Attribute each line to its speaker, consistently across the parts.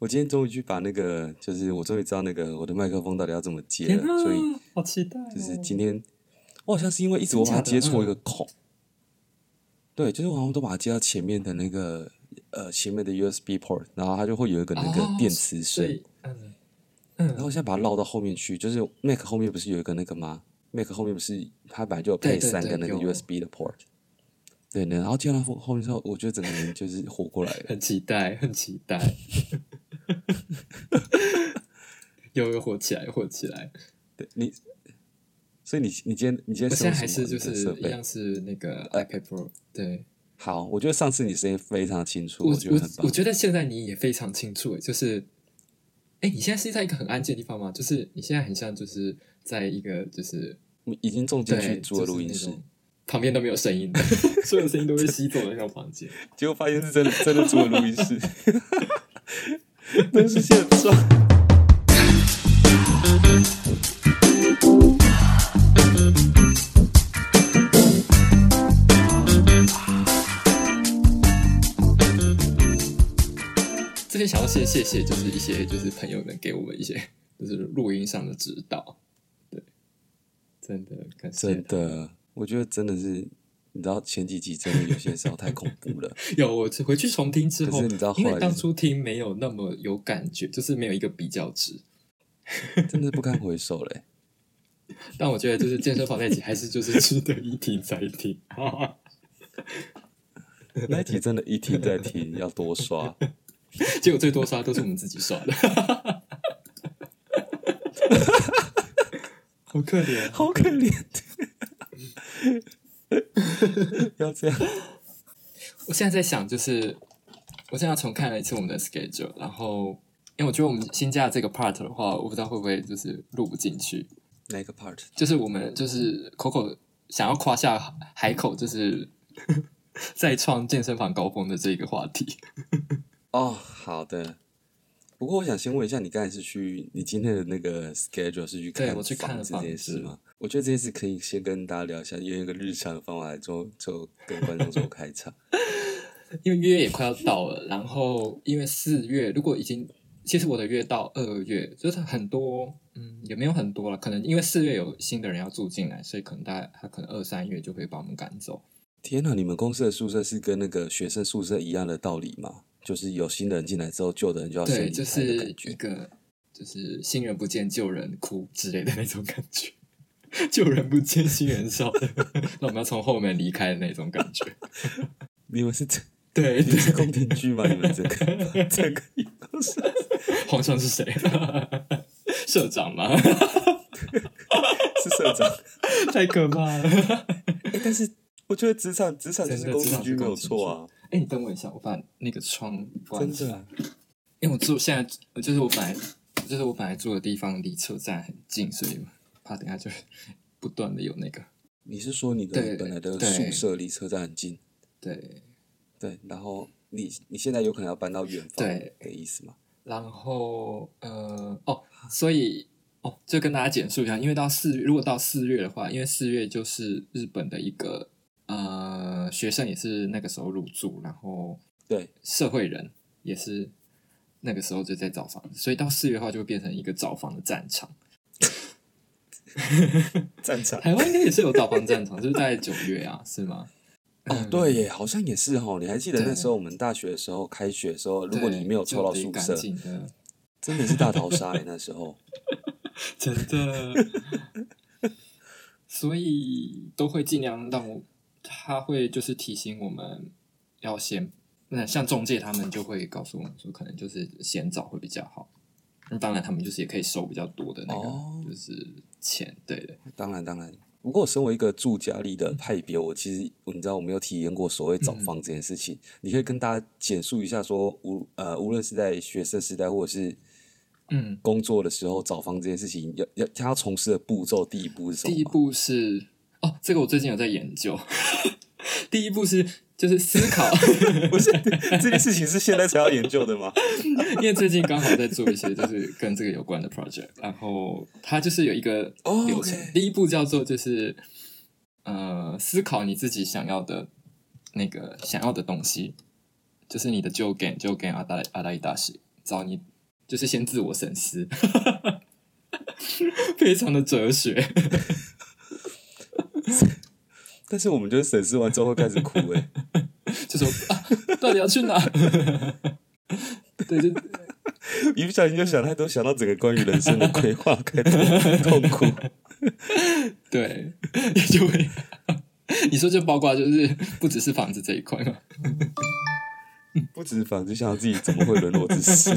Speaker 1: 我今天终于去把那个，就是我终于知道那个我的麦克风到底要怎么接
Speaker 2: 天
Speaker 1: 了，所以
Speaker 2: 哪，好期待哦、
Speaker 1: 就是今天，我好像是因为一直我把它
Speaker 2: 真假的嗯
Speaker 1: 接错一个孔，对，就是我好像都把它接到前面的那个呃前面的 USB port，然后它就会有一个那
Speaker 2: 哦
Speaker 1: 个电磁声，
Speaker 2: 所以嗯
Speaker 1: 然
Speaker 2: 嗯，
Speaker 1: 后现在把它绕到后面去，就是 Mac 后面不是有一个那个吗？Mac 后面不是它本来就有
Speaker 2: 对
Speaker 1: 配
Speaker 2: 对
Speaker 1: 三
Speaker 2: 对
Speaker 1: 个那个
Speaker 2: 有
Speaker 1: USB 的 port，对然后接到后后面之后，我觉得整个人就是活过来了。
Speaker 2: 很期待，很期待。 有有火起来，火起来！
Speaker 1: 对你，所以你你今天你今天
Speaker 2: 我
Speaker 1: 使
Speaker 2: 现
Speaker 1: 用
Speaker 2: 在还
Speaker 1: 什
Speaker 2: 是
Speaker 1: 么
Speaker 2: 就
Speaker 1: 你
Speaker 2: 是
Speaker 1: 的设
Speaker 2: 一
Speaker 1: 备？哎
Speaker 2: 样是那个 iPad Pro，对
Speaker 1: 好，我觉得上次你声音非常清楚，
Speaker 2: 我
Speaker 1: 觉得很
Speaker 2: 我我
Speaker 1: 棒。
Speaker 2: 觉得现在你也非常清楚，欸就是，哎，你现在是在一个很安静的地方吗？就是你现在很像就是在一个就是
Speaker 1: 我已经种进
Speaker 2: 对，
Speaker 1: 去租了
Speaker 2: 就是
Speaker 1: 录
Speaker 2: 那
Speaker 1: 音室，
Speaker 2: 种旁边都没有声音的， 所有声音都被吸走的那种房间。
Speaker 1: 结果发现是真的真的租了录音室， 都是现状。
Speaker 2: 这边想要先谢谢，就是一些就是朋友们给我们一些 就是录音上的指导，对，真的感谢。
Speaker 1: 真的，我觉得真的是，你知道前几集真的有些时候太恐怖了。
Speaker 2: 有我回去重听之后，
Speaker 1: 可是你知道后
Speaker 2: 因
Speaker 1: 来
Speaker 2: 为当初听没有那么有感觉，就是没有一个比较值。
Speaker 1: 真的不堪回首嘞。
Speaker 2: 但我觉得就是健身房那集还是就是值得一听 再听。
Speaker 1: 那一集真的一听再听，要多刷。
Speaker 2: 结果最多刷都是我们自己刷的， 好可怜。
Speaker 1: 好可怜， 要这样。
Speaker 2: 我现在在想，就是我现在重看了一次我们的 schedule，然后因为我觉得我们新加的这个 part 的话，我不知道会不会就是录不进去。
Speaker 1: 哪一个 part？
Speaker 2: 就是我们就是口口想要夸下海口，就是再创健身房高峰的这个话题。
Speaker 1: 哦，好的。不过我想先问一下，你刚才是去你今天的那个 schedule 是去
Speaker 2: 对
Speaker 1: 看
Speaker 2: 我去看
Speaker 1: 房
Speaker 2: 了
Speaker 1: 子这件事
Speaker 2: 房子
Speaker 1: 吗？我觉得这件事可以先跟大家聊一下，用一个日常的方法来做做跟观众做开场。
Speaker 2: 因为约也快要到了，然后因为四月如果已经，其实我的约到二月，就是很多，嗯，也没有很多了，可能因为四月有新的人要住进来，所以可能大概他可能二三月就会把我们赶走。
Speaker 1: 天哪，你们公司的宿舍是跟那个学生宿舍一样的道理吗？就是有新的人进来之后，旧的人就要先
Speaker 2: 对，
Speaker 1: 离开
Speaker 2: 就
Speaker 1: 的
Speaker 2: 是
Speaker 1: 感觉。
Speaker 2: 一个就是新人不见旧人哭之类的那种感觉，旧人不见新人笑， 那我们要从后门离开的那种感觉。
Speaker 1: 你们是这。
Speaker 2: 对，
Speaker 1: 你们是宫廷剧吗？你们这 个这个都是
Speaker 2: 皇上是谁？ 社长吗？
Speaker 1: 是社长。
Speaker 2: 太可怕了！
Speaker 1: 欸但是我觉得职场职场就是
Speaker 2: 真的
Speaker 1: 宫
Speaker 2: 职
Speaker 1: 廷
Speaker 2: 场
Speaker 1: 剧
Speaker 2: 是
Speaker 1: 没有
Speaker 2: 宫廷
Speaker 1: 错啊，
Speaker 2: 哎、你等我一下，我把那个窗关
Speaker 1: 真
Speaker 2: 起来。
Speaker 1: 的啊。
Speaker 2: 因为我住现在，就是我本来就是我本来住的地方离车站很近，所以怕等一下就不断的有那个
Speaker 1: 你是说你的
Speaker 2: 对
Speaker 1: 本来的
Speaker 2: 对
Speaker 1: 宿舍离车站很近，
Speaker 2: 对。
Speaker 1: 对，然后你你现在有可能要搬到远方
Speaker 2: 对
Speaker 1: 的意思吗？
Speaker 2: 然后呃哦，所以哦，就跟大家简述一下，因为到四月，如果到四月的话，因为四月就是日本的一个呃学生也是那个时候入住，然后
Speaker 1: 对，
Speaker 2: 社会人也是那个时候就在找房子，所以到四月的话就会变成一个找房的战场。
Speaker 1: 战场。
Speaker 2: 台湾应该也是有找房战场，就是在九月啊，是吗？
Speaker 1: 哦，对耶，好像也是哦。你还记得那
Speaker 2: 对
Speaker 1: 时候我们大学的时候开学的时候，如果
Speaker 2: 对
Speaker 1: 你没有抽到
Speaker 2: 就
Speaker 1: 宿
Speaker 2: 得赶
Speaker 1: 舍，
Speaker 2: 紧的
Speaker 1: 真的是大逃杀耶！那时候，
Speaker 2: 真的。所以都会尽量让我，他会就是提醒我们要先，那像中介他们就会告诉我们说，可能就是先找会比较好。那当然，他们就是也可以收比较多的那个，
Speaker 1: 哦
Speaker 2: 就是钱，对的。
Speaker 1: 当然当然。不过，身为一个住家里的派别，我其实你知道我没有体验过所谓找
Speaker 2: 嗯
Speaker 1: 房这件事情。你可以跟大家简述一下说，无呃，无论是在学生时代或者是
Speaker 2: 嗯，
Speaker 1: 工作的时候找房这件事情，要要他要从事的步骤，第一步是什么
Speaker 2: 第
Speaker 1: 吗？
Speaker 2: 一步是哦，这个我最近有在研究。 第一步是就是思考。
Speaker 1: 不是这件事情是现在才要研究的吗？
Speaker 2: 因为最近刚好在做一些就是跟这个有关的 project，然后它就是有一个
Speaker 1: 哦
Speaker 2: 流程
Speaker 1: OK
Speaker 2: 第一步叫做就是呃思考你自己想要的那个想要的东西，就是你的旧 game 旧 game 阿达阿达伊达西找你，就是先自我审视， 非常的哲学。
Speaker 1: 但是我们就是审视完之后会开始哭哎、
Speaker 2: 就说啊，到底要去哪？ 对，就
Speaker 1: 一不小心就想太多，想到整个关于人生的规划，开始痛 苦。
Speaker 2: 对， 就会。你说就包括就是不只是房子这一块嘛，
Speaker 1: 不只是反正想到自己怎么会沦落至 此，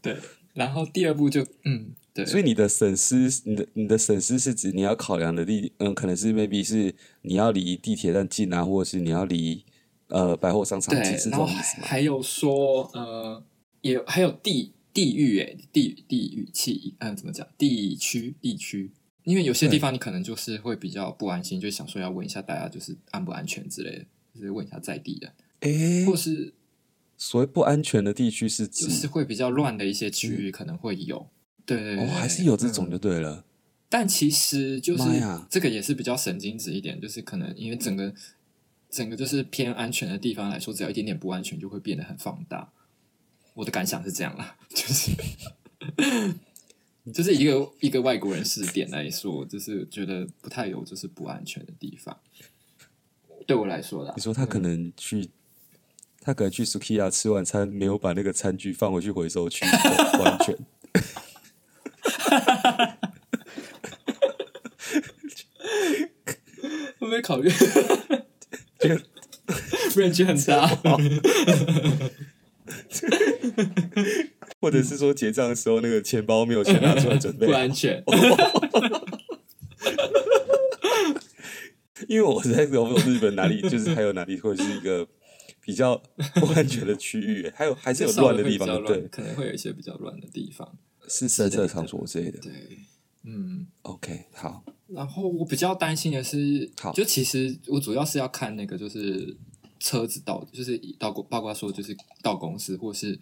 Speaker 2: 对。然后第二步就嗯，对，
Speaker 1: 所以你的损失，你的你的损失是指你要考量的地，嗯，可能是 maybe 是你要离地铁站近啊，或者是你要离呃百货商场
Speaker 2: 对
Speaker 1: 近，是，这
Speaker 2: 然后
Speaker 1: 种意
Speaker 2: 还
Speaker 1: 思吗？
Speaker 2: 还有说呃，也还有地地域诶，地地域气嗯、怎么讲？地区地区，因为有些
Speaker 1: 对
Speaker 2: 地方你可能就是会比较不安心，就想说要问一下大家就是安不安全之类的，就是问一下在地人，
Speaker 1: 诶、
Speaker 2: 或是
Speaker 1: 所谓不安全的地区是指、
Speaker 2: 就是会比较乱的一些区域可能会有。对对对
Speaker 1: 哦，还是有这种
Speaker 2: 嗯
Speaker 1: 就对了。
Speaker 2: 但其实就是
Speaker 1: 妈呀
Speaker 2: 这个也是比较神经质一点，就是可能因为整个整个就是偏安全的地方来说，只要一点点不安全就会变得很放大。我的感想是这样啦， 就是就是一个一个外国人视点来说，就是觉得不太有就是不安全的地方。对我来说啦
Speaker 1: 你，说他可能去，他可能去 Sukiya 吃晚餐，没有把那个餐具放回去回收区，不安全。
Speaker 2: 会不会考虑
Speaker 1: 这个
Speaker 2: range 很 大？
Speaker 1: 或者是说结账的时候那个钱包没有钱拿出来准备啊
Speaker 2: 不，安全？
Speaker 1: 因为我实在是搞不懂日本哪里就是还有哪里会是一个比较不安全的区域，还有还是有
Speaker 2: 稍微
Speaker 1: 乱的
Speaker 2: 会
Speaker 1: 地
Speaker 2: 比
Speaker 1: 方
Speaker 2: 较
Speaker 1: 的，
Speaker 2: 乱，
Speaker 1: 对，
Speaker 2: 可能会有一些比较乱的地方。
Speaker 1: 是深色场所之类的。
Speaker 2: 对，嗯。
Speaker 1: OK，好，
Speaker 2: 然后我比较担心的是
Speaker 1: 好，
Speaker 2: 就其实我主要是要看那个就是车子到，就是到公包括说就是到公司或是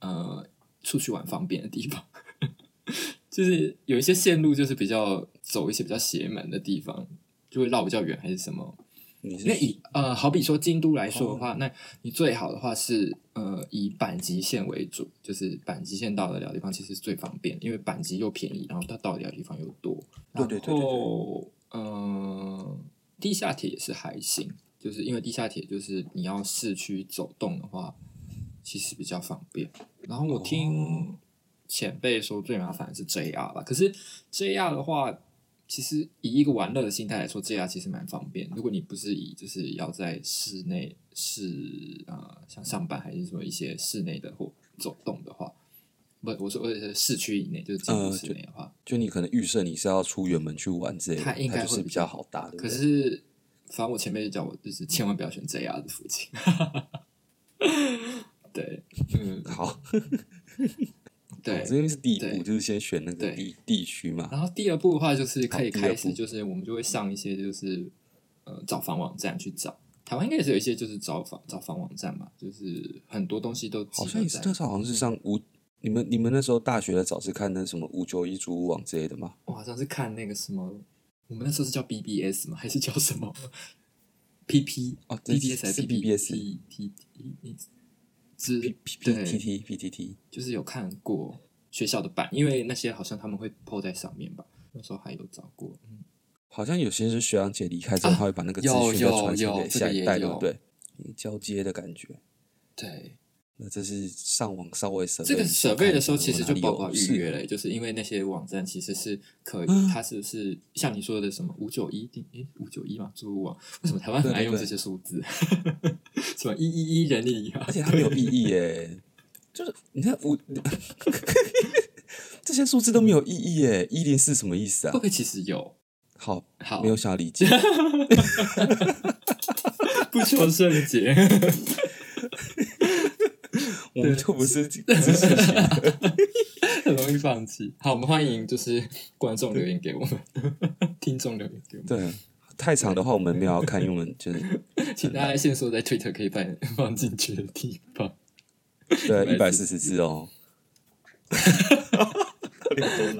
Speaker 2: 呃出去玩方便的地方， 就是有一些线路就是比较走一些比较邪门的地方，就会绕比较远还是什么。
Speaker 1: 你是
Speaker 2: 那以呃好比说京都来说的
Speaker 1: 哦
Speaker 2: 话，那你最好的话是呃以阪急线为主，就是阪急线到得了地方其实是最方便，因为阪急又便宜，然后它到得了地方又多。
Speaker 1: 对对对对对
Speaker 2: 然后呃，地下铁也是还行，就是因为地下铁就是你要市区走动的话，其实比较方便。然后我
Speaker 1: 哦
Speaker 2: 听前辈说最麻烦的是 JR 吧，可是 JR 的话，其实以一个玩乐的心态来说，JR 其实蛮方便。如果你不是以就是要在室内是啊、呃像上班还是说一些室内的或走动的话，不，我说呃市区以内就是进入
Speaker 1: 呃
Speaker 2: 室
Speaker 1: 就
Speaker 2: 内的话，
Speaker 1: 就你可能预设你是要出远门去玩之类的，
Speaker 2: 它应该
Speaker 1: 它就
Speaker 2: 会
Speaker 1: 是
Speaker 2: 比
Speaker 1: 比较
Speaker 2: 较
Speaker 1: 好搭的。
Speaker 2: 可是反正我前辈就叫我就是千万不要选 JR 的附近。对，嗯，
Speaker 1: 好，
Speaker 2: 对，
Speaker 1: 哦这边是第一步，
Speaker 2: 对
Speaker 1: 就是先选那个
Speaker 2: 对啊
Speaker 1: 地地区嘛。
Speaker 2: 然后第二步的话，就是可以
Speaker 1: 好第二
Speaker 2: 开
Speaker 1: 步
Speaker 2: 始，就是我们就会上一些就是呃找房网站去找。台湾应该也是有一些就是找房找房网站嘛，就是很多东西都集合
Speaker 1: 好像也是
Speaker 2: 在，
Speaker 1: 那时候好像是上五，你们你们那时候大学的早是看那什么五九一租屋网之类的吗？
Speaker 2: 我好像是看那个什么，我们那时候是叫 BBS 吗？还是叫什么 PP？
Speaker 1: 哦对
Speaker 2: ，BBS 还
Speaker 1: 是 BBS
Speaker 2: T T T 之
Speaker 1: P P P
Speaker 2: 对
Speaker 1: T T P T T，
Speaker 2: 就是有看过学校的版，因为那些好像他们会 PO 在上面吧。那时候还有找过，嗯，
Speaker 1: 好像有些是学长姐离开之后，
Speaker 2: 啊
Speaker 1: 他会把那个资
Speaker 2: 有
Speaker 1: 讯再
Speaker 2: 有
Speaker 1: 传承
Speaker 2: 有
Speaker 1: 给
Speaker 2: 这
Speaker 1: 下
Speaker 2: 个
Speaker 1: 一
Speaker 2: 也
Speaker 1: 代，对
Speaker 2: 有
Speaker 1: 不对？嗯交接的感觉。
Speaker 2: 对，
Speaker 1: 那这是上网稍微设
Speaker 2: 这个
Speaker 1: 设
Speaker 2: 设
Speaker 1: 备
Speaker 2: 备的时候，其实就包括预约
Speaker 1: 了。
Speaker 2: 了，就是因为那些网站其实是可以，
Speaker 1: 嗯
Speaker 2: 它是不是像你说的什么五九一定诶五九一嘛租屋网，为什么台湾很爱用
Speaker 1: 对对
Speaker 2: 这
Speaker 1: 对
Speaker 2: 些数字？ 什么一一一人力啊
Speaker 1: 而？且它没有意义耶，就是你看五 这些数字都没有意义耶，一零四什么意思
Speaker 2: 会不
Speaker 1: 啊？
Speaker 2: 会其实有？
Speaker 1: 好，
Speaker 2: 好
Speaker 1: 没有想要理解。
Speaker 2: 不求甚解。
Speaker 1: 我们就不是知识型 的，
Speaker 2: 很容易放弃。好，我们欢迎就是观众留言给我们， 听众留言给我们，
Speaker 1: 对，太长的话我们没有要看，因为我们就是
Speaker 2: 请大家先说在 Twitter 可以放放进去的地方。
Speaker 1: 对一百四
Speaker 2: 140
Speaker 1: 十字哦。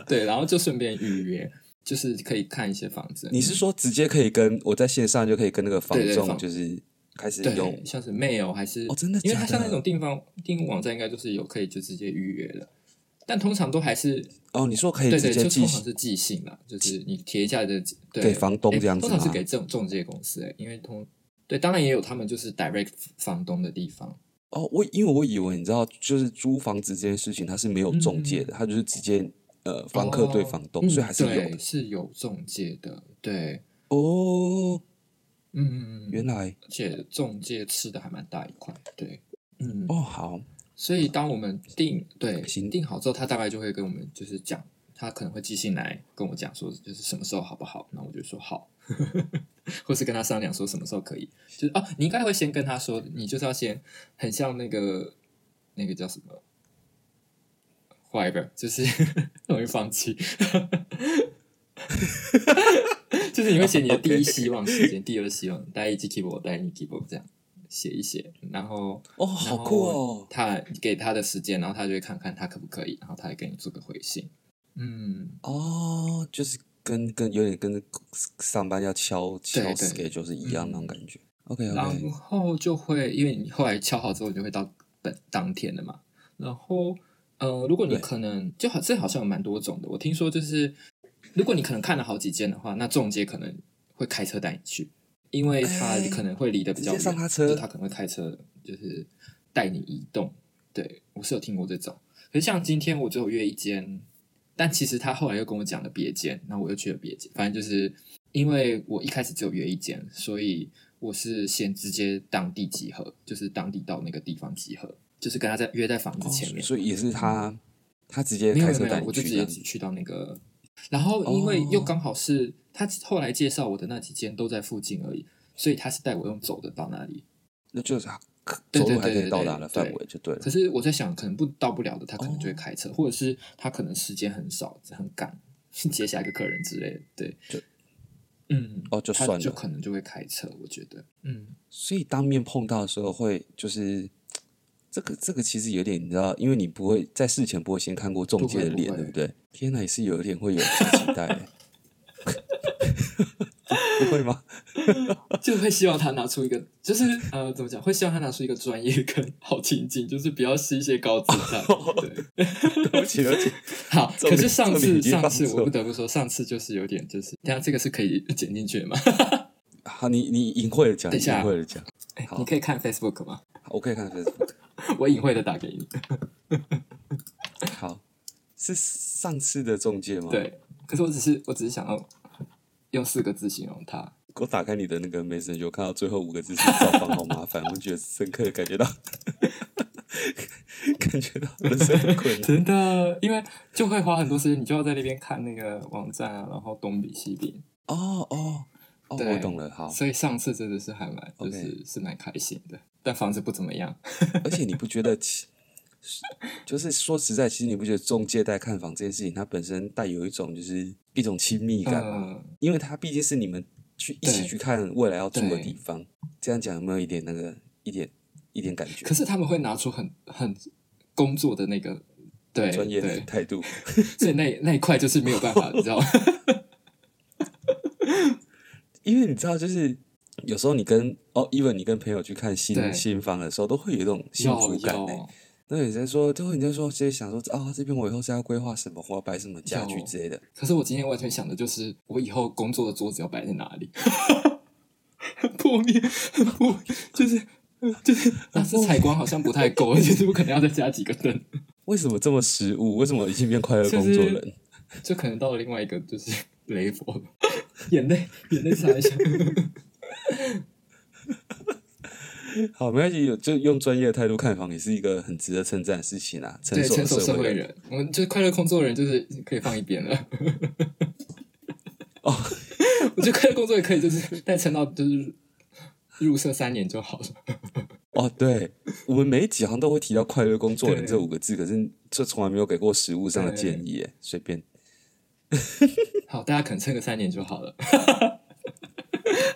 Speaker 2: 对，然后就顺便预约，就是可以看一些房子。
Speaker 1: 你是说直接可以跟我在线上就可以跟那个房
Speaker 2: 对对
Speaker 1: 仲
Speaker 2: 房
Speaker 1: 就是开始用
Speaker 2: 对，像是 mail 还是
Speaker 1: 哦真的
Speaker 2: 因为它
Speaker 1: 假
Speaker 2: 像
Speaker 1: 的
Speaker 2: 那种订方订屋网站，应该就是有可以就直接预约的，但通常都还是
Speaker 1: 哦，你说可以
Speaker 2: 对
Speaker 1: 直
Speaker 2: 对，
Speaker 1: 接
Speaker 2: 就
Speaker 1: 寄
Speaker 2: 通常是寄信啦，就是你贴一下的对
Speaker 1: 给房东
Speaker 2: 诶
Speaker 1: 这样子
Speaker 2: 通常是
Speaker 1: 吗
Speaker 2: 给这种中介公司、诶因为通对，当然也有他们就是 direct 房东的地方，
Speaker 1: 哦，我因为我以为你知道，就是租房子这件事情，它是没有中介的，它就是直接呃房客对
Speaker 2: 嗯哦
Speaker 1: 房东，所以还是有
Speaker 2: 嗯
Speaker 1: 的
Speaker 2: 对。是有中介的，对，
Speaker 1: 哦，
Speaker 2: 嗯嗯嗯嗯，
Speaker 1: 原来
Speaker 2: 而且中介吃的还蛮大一块，对，嗯，
Speaker 1: 哦好，
Speaker 2: 所以当我们定对
Speaker 1: 行
Speaker 2: 定好之后，他大概就会跟我们就是讲，他可能会寄信来跟我讲说，就是什么时候好不好？那我就说好， 或是跟他商量说什么时候可以。就是哦，你应该会先跟他说，你就是要先很像那个那个叫什么 w h a t e v e 就是 容易放弃。 就是你会写你的第一希望时间，第二希望，带一 G k e e p 带一 k e e p 这样写一写，然后
Speaker 1: 哦好酷哦，
Speaker 2: 他给他的时间，然后他就会看看他可不可以，然后他也给你做个回信。嗯，
Speaker 1: 哦，就是跟跟有点跟上班要敲敲
Speaker 2: 对
Speaker 1: schedule 是一样那种
Speaker 2: 嗯
Speaker 1: 感觉。OK
Speaker 2: 然
Speaker 1: OK，
Speaker 2: 后就会因为你后来敲好之后，你就会到本当天的嘛。然后呃，如果你
Speaker 1: 对
Speaker 2: 可能就好，这好像有蛮多种的。我听说就是，如果你可能看了好几间的话，那中介可能会开车带你去，因为他
Speaker 1: 哎
Speaker 2: 可能会离得比较
Speaker 1: 直
Speaker 2: 远，
Speaker 1: 接上他车
Speaker 2: 就他可能会开车就是带你移动。对我是有听过这种，可是像今天我只有约一间，但其实他后来又跟我讲了别间，那我又去了别间，反正就是因为我一开始只有约一间，所以我是先直接当地集合，就是当地到那个地方集合，就是跟他在约在房子
Speaker 1: 哦
Speaker 2: 前面，
Speaker 1: 所以也是他他直接
Speaker 2: 没有
Speaker 1: 开
Speaker 2: 没有
Speaker 1: 车
Speaker 2: 没有
Speaker 1: 带，你
Speaker 2: 我就
Speaker 1: 去
Speaker 2: 直
Speaker 1: 这
Speaker 2: 接
Speaker 1: 样子。哦
Speaker 2: 去到那个，然后因为又刚好是、他后来介绍我的那几间都在附近而已，所以他是带我用走的到那里。
Speaker 1: 那就是啊可
Speaker 2: 对
Speaker 1: 走
Speaker 2: 对
Speaker 1: 路还
Speaker 2: 对
Speaker 1: 可以
Speaker 2: 对
Speaker 1: 到
Speaker 2: 对
Speaker 1: 达的
Speaker 2: 对
Speaker 1: 范围就对了。
Speaker 2: 可是我在想，可能不到不了的，他可能就会
Speaker 1: 哦
Speaker 2: 开车，或者是他可能时间很少，很赶， 接下一个客人之类的。对，
Speaker 1: 就
Speaker 2: 嗯，
Speaker 1: 哦就
Speaker 2: 他
Speaker 1: 算
Speaker 2: 就
Speaker 1: 了
Speaker 2: 可能就会开车，我觉得，嗯，
Speaker 1: 所以当面碰到的时候，会就是这个这个其实有点你知道，因为你不会在事前不会先看过中介的
Speaker 2: 不会不
Speaker 1: 脸，
Speaker 2: 会
Speaker 1: 对不对？天哪，也是有一点会有所期待 欸，不会吗？
Speaker 2: 就会希望他拿出一个，就是呃，怎么讲，会希望他拿出一个专业跟好情境， 就是不要是一些高姿 态。对，
Speaker 1: 对不起，对不起，
Speaker 2: 好，
Speaker 1: 重
Speaker 2: 可
Speaker 1: 点
Speaker 2: 是上
Speaker 1: 重点
Speaker 2: 次
Speaker 1: 已经
Speaker 2: 上
Speaker 1: 放
Speaker 2: 次
Speaker 1: 错
Speaker 2: 我不得不说，上次就是有点就是，等一下这个是可以剪进去的吗？
Speaker 1: 好，你你隐晦的讲，
Speaker 2: 等
Speaker 1: 你
Speaker 2: 一下
Speaker 1: 隐晦的讲，哎好
Speaker 2: 你可以看 Facebook 吗？
Speaker 1: 好我可以看 Facebook。
Speaker 2: 我隐晦的打给你。
Speaker 1: 好，是上次的中介吗？，
Speaker 2: 对，可是我只是我只是想要用四个字形容他。
Speaker 1: 我打开你的那个 Messenger，我看到最后五个字是造访，好麻烦，我觉得深刻的感觉到， 感觉到人生的困 难。
Speaker 2: 真的，因为就会花很多时间，你就要在那边看那个网站啊，然后东比西比。
Speaker 1: 哦哦哦，
Speaker 2: 对
Speaker 1: 我懂了。好，
Speaker 2: 所以上次真的是还蛮，就
Speaker 1: OK
Speaker 2: 是是蛮开心的，但房子不怎么样。
Speaker 1: 而且你不觉得其，就是说实在，其实你不觉得中介带看房这件事情，它本身带有一种就是一种亲密感吗？
Speaker 2: 嗯，
Speaker 1: 因为它毕竟是你们去一起
Speaker 2: 对
Speaker 1: 去看未来要住的
Speaker 2: 对
Speaker 1: 地方。这样讲有没有一点那个一点一点感觉
Speaker 2: 可？是他们会拿出很很工作的那个。对
Speaker 1: 专业的
Speaker 2: 哎对，
Speaker 1: 态度，
Speaker 2: 所以那那一块就是没有办法，你知道吗？
Speaker 1: 因为你知道，就是有时候你跟哦，even 你跟朋友去看新
Speaker 2: 对
Speaker 1: 新房的时候，都会有一种 幸
Speaker 2: 有
Speaker 1: 福感、欸
Speaker 2: 有。
Speaker 1: 那你在说，最后你在说，直接想说啊、这边我以后是要规划什么，我要摆什么家具
Speaker 2: 有
Speaker 1: 之类的。
Speaker 2: 可是我今天完全想的就是，我以后工作的桌子要摆在哪里？很 破灭，很破，就是 就是，那啊是采光好像不太 够，就是我可能要再加几个灯，
Speaker 1: 为什么这么实务？为什么已经变快乐工作人？
Speaker 2: 就可能到了另外一个就是 雷佛了，眼泪眼泪擦一 下。
Speaker 1: 好，没关系，有就用专业的态度看房也是一个很值得称赞的事情啊，成
Speaker 2: 对，
Speaker 1: 熟
Speaker 2: 成
Speaker 1: 的
Speaker 2: 熟社
Speaker 1: 会
Speaker 2: 会
Speaker 1: 人。
Speaker 2: 人，我们就是快乐工作人，就是可以放一边 了。
Speaker 1: 哦，
Speaker 2: 我觉得快乐工作也可以，就是但撑到就是入社三年就好了。
Speaker 1: 哦，对，我们每一集好像都会提到“快乐工作人”
Speaker 2: 对
Speaker 1: 这五个字，可是这从来没有给过实务上的建议耶，随便。
Speaker 2: 好，大家可能撑个三年就好了。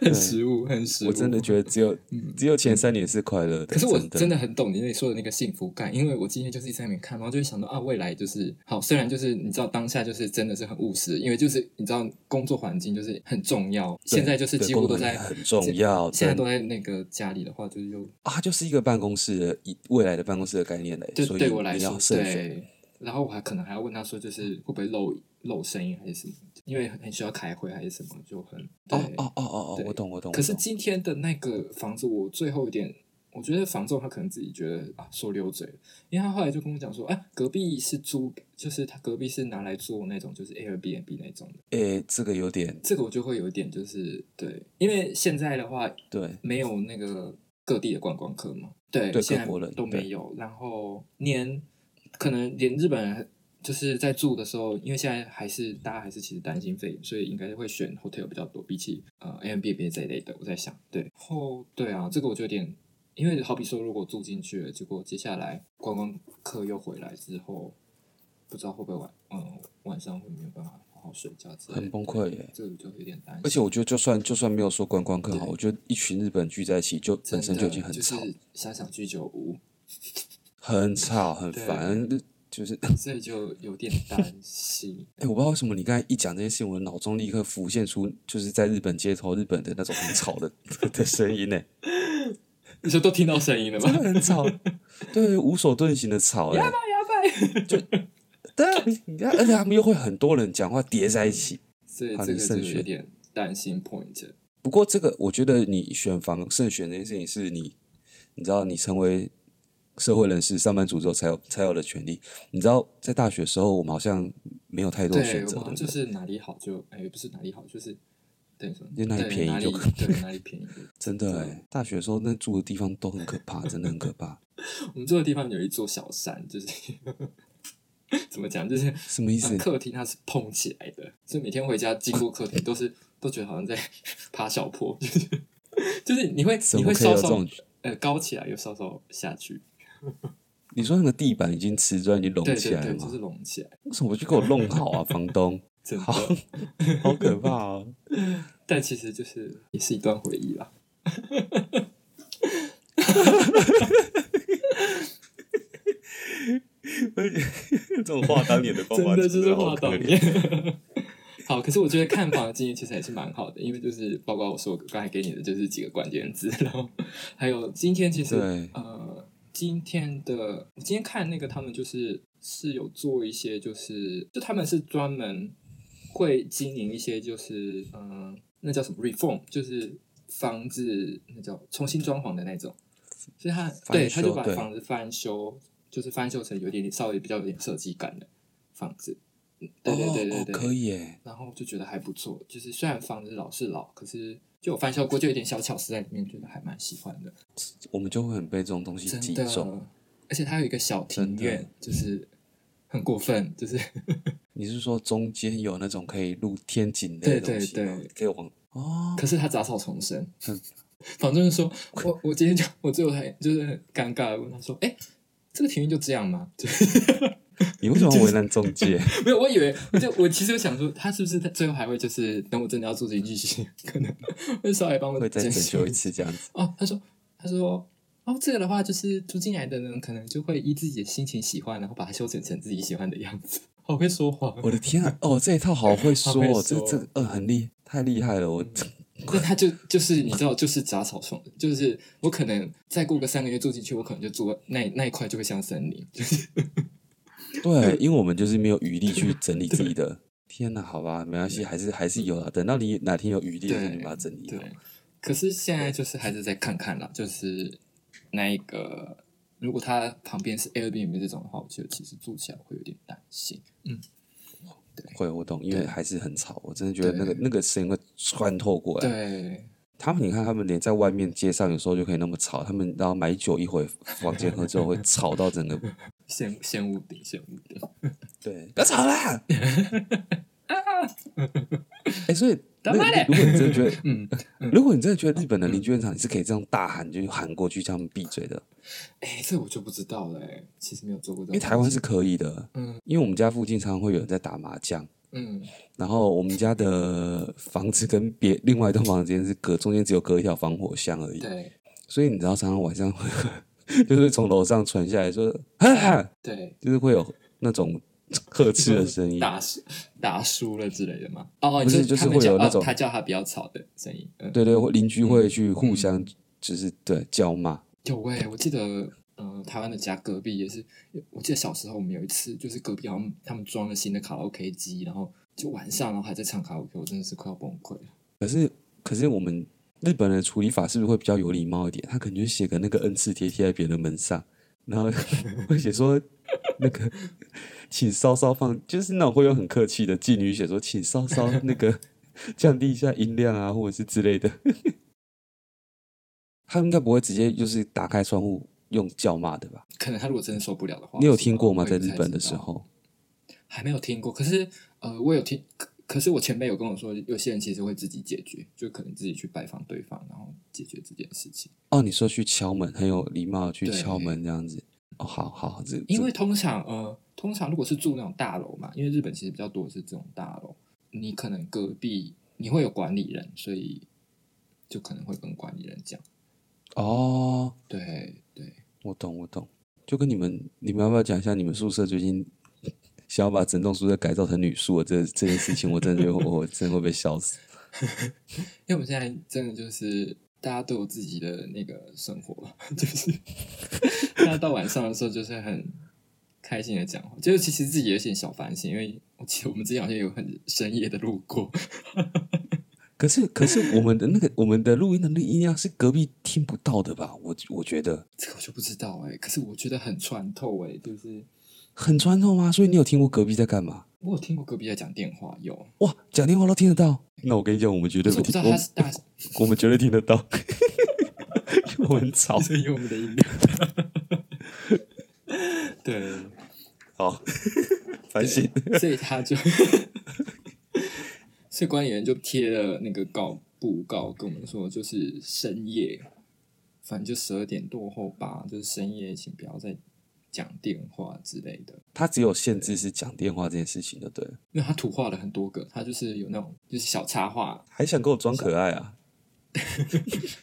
Speaker 2: 很实物，很实物。
Speaker 1: 我真的觉得只有只有前三年是快乐的。
Speaker 2: 嗯可是我
Speaker 1: 真
Speaker 2: 真的很懂你那里说的那个幸福感，因为我今天就是一直在那边看，然后就会想到啊，未来就是好，虽然就是你知道当下就是真的是很务实，因为就是你知道工作环境就是很重要，现在就是
Speaker 1: 对
Speaker 2: 几乎
Speaker 1: 工
Speaker 2: 都
Speaker 1: 作
Speaker 2: 在
Speaker 1: 能力很重要，
Speaker 2: 现在
Speaker 1: 真
Speaker 2: 都在那个家里的话，就是又
Speaker 1: 啊，它就是一个办公室的一未来的办公室的概念嘞，
Speaker 2: 就
Speaker 1: 所以
Speaker 2: 对我来
Speaker 1: 你
Speaker 2: 说
Speaker 1: 要，慎选。
Speaker 2: 对。然后我还可能还要问他说，就是会不会漏漏声音还是什么？因为很需要开会还是什么，就很对
Speaker 1: 哦哦哦哦哦，
Speaker 2: 对
Speaker 1: 我懂我懂。
Speaker 2: 可是
Speaker 1: 我懂
Speaker 2: 今天的那个房子，我最后一点，我觉得房仲他可能自己觉得啊说溜嘴了，因为他后来就跟我讲说，哎、隔壁是租，就是他隔壁是拿来做那种就是 Airbnb 那种的，
Speaker 1: 诶，这个有点
Speaker 2: 这个我就会有一点就是对，因为现在的话
Speaker 1: 对，
Speaker 2: 没有那个各地的观光客嘛，对，
Speaker 1: 对
Speaker 2: 现
Speaker 1: 各国人
Speaker 2: 在都
Speaker 1: 对
Speaker 2: 没有，然后连可能连日本人。就是在住的时候，因为现在还是大家还是其实担心肺炎，所以应该会选 hotel 比较多，比起呃 a m b b 这一类的，我在想，对，后对啊，这个我就有点，因为好比说，如果住进去了，结果接下来观光客又回来之后，不知道会不会晚，嗯，晚上会没有办法好好睡觉之类的，
Speaker 1: 很崩溃耶。
Speaker 2: 这个就有点担心。
Speaker 1: 而且我觉得，就算就算没有说观光客好，
Speaker 2: 对
Speaker 1: 我觉得一群日本聚在一起，就本身就已经很吵、
Speaker 2: 就是想想居酒屋，
Speaker 1: 很吵、很
Speaker 2: 对
Speaker 1: 烦。就是，
Speaker 2: 所以就有点担心。
Speaker 1: 哎、我不知道为什么你刚才一讲这件事情，我脑中立刻浮现出就是在日本街头日本的那种很吵的 的声音呢，
Speaker 2: 你说都听到声音了 吗？
Speaker 1: 真的很吵，对，无所遁形的吵哎，
Speaker 2: 拜。
Speaker 1: 对，啊你看，而且他们又会很多人讲话叠在一起。
Speaker 2: 所以
Speaker 1: 好
Speaker 2: 这
Speaker 1: 你
Speaker 2: 个
Speaker 1: 慎
Speaker 2: 就
Speaker 1: 选
Speaker 2: 有点担心 point。
Speaker 1: 不过这个，我觉得你选房慎选这件事情是你，你知道你成为社会人士、上班族之后才有才有的权利。你知道在大学的时候，我们好像没有太多
Speaker 2: 对，
Speaker 1: 选
Speaker 2: 我
Speaker 1: 择，
Speaker 2: 好
Speaker 1: 对
Speaker 2: 像
Speaker 1: 不
Speaker 2: 就
Speaker 1: 对？
Speaker 2: 是哪里好就哎，不是哪里好，就是等于说
Speaker 1: 就哪里
Speaker 2: 对
Speaker 1: 便宜
Speaker 2: 哪
Speaker 1: 就
Speaker 2: 里
Speaker 1: 可
Speaker 2: 对哪里便宜。
Speaker 1: 真的
Speaker 2: 对
Speaker 1: 哎，大学的时候那住的地方都很可怕，真的很可怕。
Speaker 2: 我们住的地方有一座小山，就是 怎么讲，就是
Speaker 1: 什么意思
Speaker 2: 呃？客厅它是碰起来的，所以每天回家经过客厅都是都觉得好像在 爬小坡，就是就是你会
Speaker 1: 怎
Speaker 2: 你
Speaker 1: 么
Speaker 2: 会
Speaker 1: 可以有这
Speaker 2: 稍稍
Speaker 1: 种？
Speaker 2: 呃高起来又稍稍下去，
Speaker 1: 你说那个地板已经瓷砖已经隆
Speaker 2: 对
Speaker 1: 起
Speaker 2: 对
Speaker 1: 来了
Speaker 2: 对，
Speaker 1: 吗
Speaker 2: 就？是隆起来，
Speaker 1: 为什么不去给我弄好啊，房东？
Speaker 2: 真的
Speaker 1: 好。 好可怕哦！
Speaker 2: 但其实就是也是一段回忆啦。
Speaker 1: 这种话当年的方
Speaker 2: 真
Speaker 1: 法
Speaker 2: 的就是
Speaker 1: 好
Speaker 2: 画
Speaker 1: 可
Speaker 2: 到
Speaker 1: 怜。
Speaker 2: 面。 好，可是我觉得看房的经验其实还是蛮好的，因为就是包括我说我刚才给你的就是几个关键字，然后还有今天其 实
Speaker 1: 对
Speaker 2: 呃，今天的我今天看那个他们就是是有做一些就是就他们是专门会经营一些就是嗯、呃那叫什么 reform，就是房子那叫重新装潢的那种，所以他对
Speaker 1: 翻
Speaker 2: 他就
Speaker 1: 修
Speaker 2: 把
Speaker 1: 对
Speaker 2: 房子翻修，就是翻修成有点稍微比较有点设计感的房子。嗯对对对
Speaker 1: 哦
Speaker 2: 对
Speaker 1: 哦
Speaker 2: 对，
Speaker 1: 可以耶。
Speaker 2: 然后就觉得还不错，就是虽然房子老是老，可是就有翻修过，就有点小巧思在里面，觉得还蛮喜欢的，
Speaker 1: 我们就会很被这种东西击
Speaker 2: 真的
Speaker 1: 中。。
Speaker 2: 而且它有一个小庭院，就是很过分， 就是
Speaker 1: 你是说中间有那种可以露天井类的东西
Speaker 2: 对对
Speaker 1: 吗可以 往哦，
Speaker 2: 可是它杂草丛生
Speaker 1: 嗯。
Speaker 2: 房东就说：“我我今天就我最后还就是很尴尬的问他说，哎、这个庭院就这样吗？”就是
Speaker 1: 你为什么要为难中介？
Speaker 2: 没有，我以为我就我其实有想说，他是不是最后还会就是等我真的要住进去，可能会稍微帮我
Speaker 1: 会再
Speaker 2: 整
Speaker 1: 拯
Speaker 2: 修
Speaker 1: 救一次这样 子？
Speaker 2: 哦，他说，他说，哦，这个的话就是租进来的人可能就会依自己的心情喜欢，然后把它修整成自己喜欢的样子。好会说谎，
Speaker 1: 我的天啊！哦，这一套好会说，
Speaker 2: 好
Speaker 1: 哦，
Speaker 2: 会说嗯
Speaker 1: 这这个呃很厉太厉害了！我
Speaker 2: 但他就就是你知道，就是杂草丛，就是我可能再过个三个月住进去，我可能就住那那一块就会像森林。
Speaker 1: 对，因为我们就是没有余力去整理自己的。天哪，好吧，没关系，还是还是有的。等到你哪天有余力的时候，
Speaker 2: 对
Speaker 1: 你把它整理好
Speaker 2: 对。，可是现在就是还是在看看啦，就是那一个，如果它旁边是 Airbnb 这种的话，我觉得其实住起来会有点担心。
Speaker 1: 会，我懂，因为
Speaker 2: 对
Speaker 1: 还是很吵。我真的觉得那个
Speaker 2: 对
Speaker 1: 那个声音会穿透过来。
Speaker 2: 对，
Speaker 1: 他们，你看，他们连在外面街上有时候就可以那么吵。他们然后买酒一回房间喝之后，会吵到 整个
Speaker 2: 先先屋顶，先屋顶。
Speaker 1: 对，不要吵 啦！哎、所以那
Speaker 2: 干嘛嘞
Speaker 1: 如果你真的觉得，
Speaker 2: 嗯，
Speaker 1: 如果你真的觉得日本的邻居很吵，你是可以这样大喊，就喊过去叫他们闭嘴的，
Speaker 2: 哎、这我就不知道了、哎，其实没有做过这
Speaker 1: 因为
Speaker 2: 种事情。
Speaker 1: 台湾是可以的。
Speaker 2: 嗯
Speaker 1: 因为我们家附近常常会有人在打麻将，
Speaker 2: 嗯，
Speaker 1: 然后我们家的房子跟别另外一栋房子之间是隔中间只有隔一条防火巷而已，
Speaker 2: 对
Speaker 1: 所以你知道常常晚上会 就是从楼上传下来说，哈哈，
Speaker 2: 对，
Speaker 1: 就是会有那种呵斥的声音，
Speaker 2: 打输打输了之类的嘛。哦，
Speaker 1: 嗯不是
Speaker 2: 就
Speaker 1: 就是
Speaker 2: 他们
Speaker 1: 会有
Speaker 2: 叫
Speaker 1: 那
Speaker 2: 哦
Speaker 1: 种
Speaker 2: 他叫他不要吵的声音。嗯，
Speaker 1: 对对，会邻居会去互相就是对叫骂，
Speaker 2: 有喂、我记得，呃，台湾的家隔壁也是，我记得小时候我们有一次，就是隔壁好像他们装了新的卡拉 OK 机，然后就晚上，然后还在唱卡拉 OK，我真的是快要崩溃了。
Speaker 1: 可是可是我们日本人的处理法是不是会比较有礼貌一点？他可能就写个那个恩赐贴贴在别人的门上，然后 会写说那个 请稍稍放，就是那种会有很客气的妓女写说请稍稍那个 降低一下音量啊，或者是之类的。他应该不会直接就是打开窗户用叫骂的吧？
Speaker 2: 可能他如果真的受不了的话，
Speaker 1: 你有听过吗？
Speaker 2: 我
Speaker 1: 在
Speaker 2: 也不
Speaker 1: 日
Speaker 2: 太
Speaker 1: 本的
Speaker 2: 哦知
Speaker 1: 时
Speaker 2: 道
Speaker 1: 候，
Speaker 2: 还没有听过，可是呃，我有听，可可是我前辈有跟我说，有些人其实会自己解决，就可能自己去拜访对方，然后解决这件事情。
Speaker 1: 哦，你说去敲门，很有礼貌地去
Speaker 2: 对
Speaker 1: 敲门这样子。哦，好好，这
Speaker 2: 因
Speaker 1: 这
Speaker 2: 为通常呃，通常如果是住那种大楼嘛，因为日本其实比较多是这种大楼，你可能隔壁你会有管理人，所以就可能会跟管理人讲。
Speaker 1: 哦，
Speaker 2: 对对，
Speaker 1: 我懂，我懂。就跟你们，你们要不要讲一下你们宿舍最近 想要把整栋宿舍改造成女宿的这这件事情？我真的觉得我真的会被笑死。
Speaker 2: 因为我们现在真的就是大家都有自己的那个生活， 就是大家到晚上的时候就是很开心的讲话，就是其实自己有一些小反省，因为我记得我们之前好像有很深夜的路过，
Speaker 1: 可是，可是我们的那个我们的录音的那音量是隔壁听不到的吧？我我觉得
Speaker 2: 这个我就不知道哎、可是我觉得很穿透哎、就是
Speaker 1: 很穿透吗？所以你有听过隔壁在干嘛？
Speaker 2: 我有听过隔壁在讲电话，有，
Speaker 1: 哇，讲电话都听得到。那我跟你讲，我们绝
Speaker 2: 可
Speaker 1: 对
Speaker 2: 是
Speaker 1: 不
Speaker 2: 我不知
Speaker 1: 听，
Speaker 2: 道
Speaker 1: 我
Speaker 2: 他是大，
Speaker 1: 我们绝对听得到， 因为我很 吵。
Speaker 2: 所以有我们的音量，对。哦
Speaker 1: 好，反省。
Speaker 2: 所以他就， 所以管理员就贴了那个告布告跟我们说，就是深夜，反正就十二点多后吧，就是深夜，请不要再讲电话之类的。
Speaker 1: 他只有限制是讲电话这件事情就对了。
Speaker 2: 因为他图画了很多个，他就是有那种就是小插画，
Speaker 1: 还想跟我装可爱啊？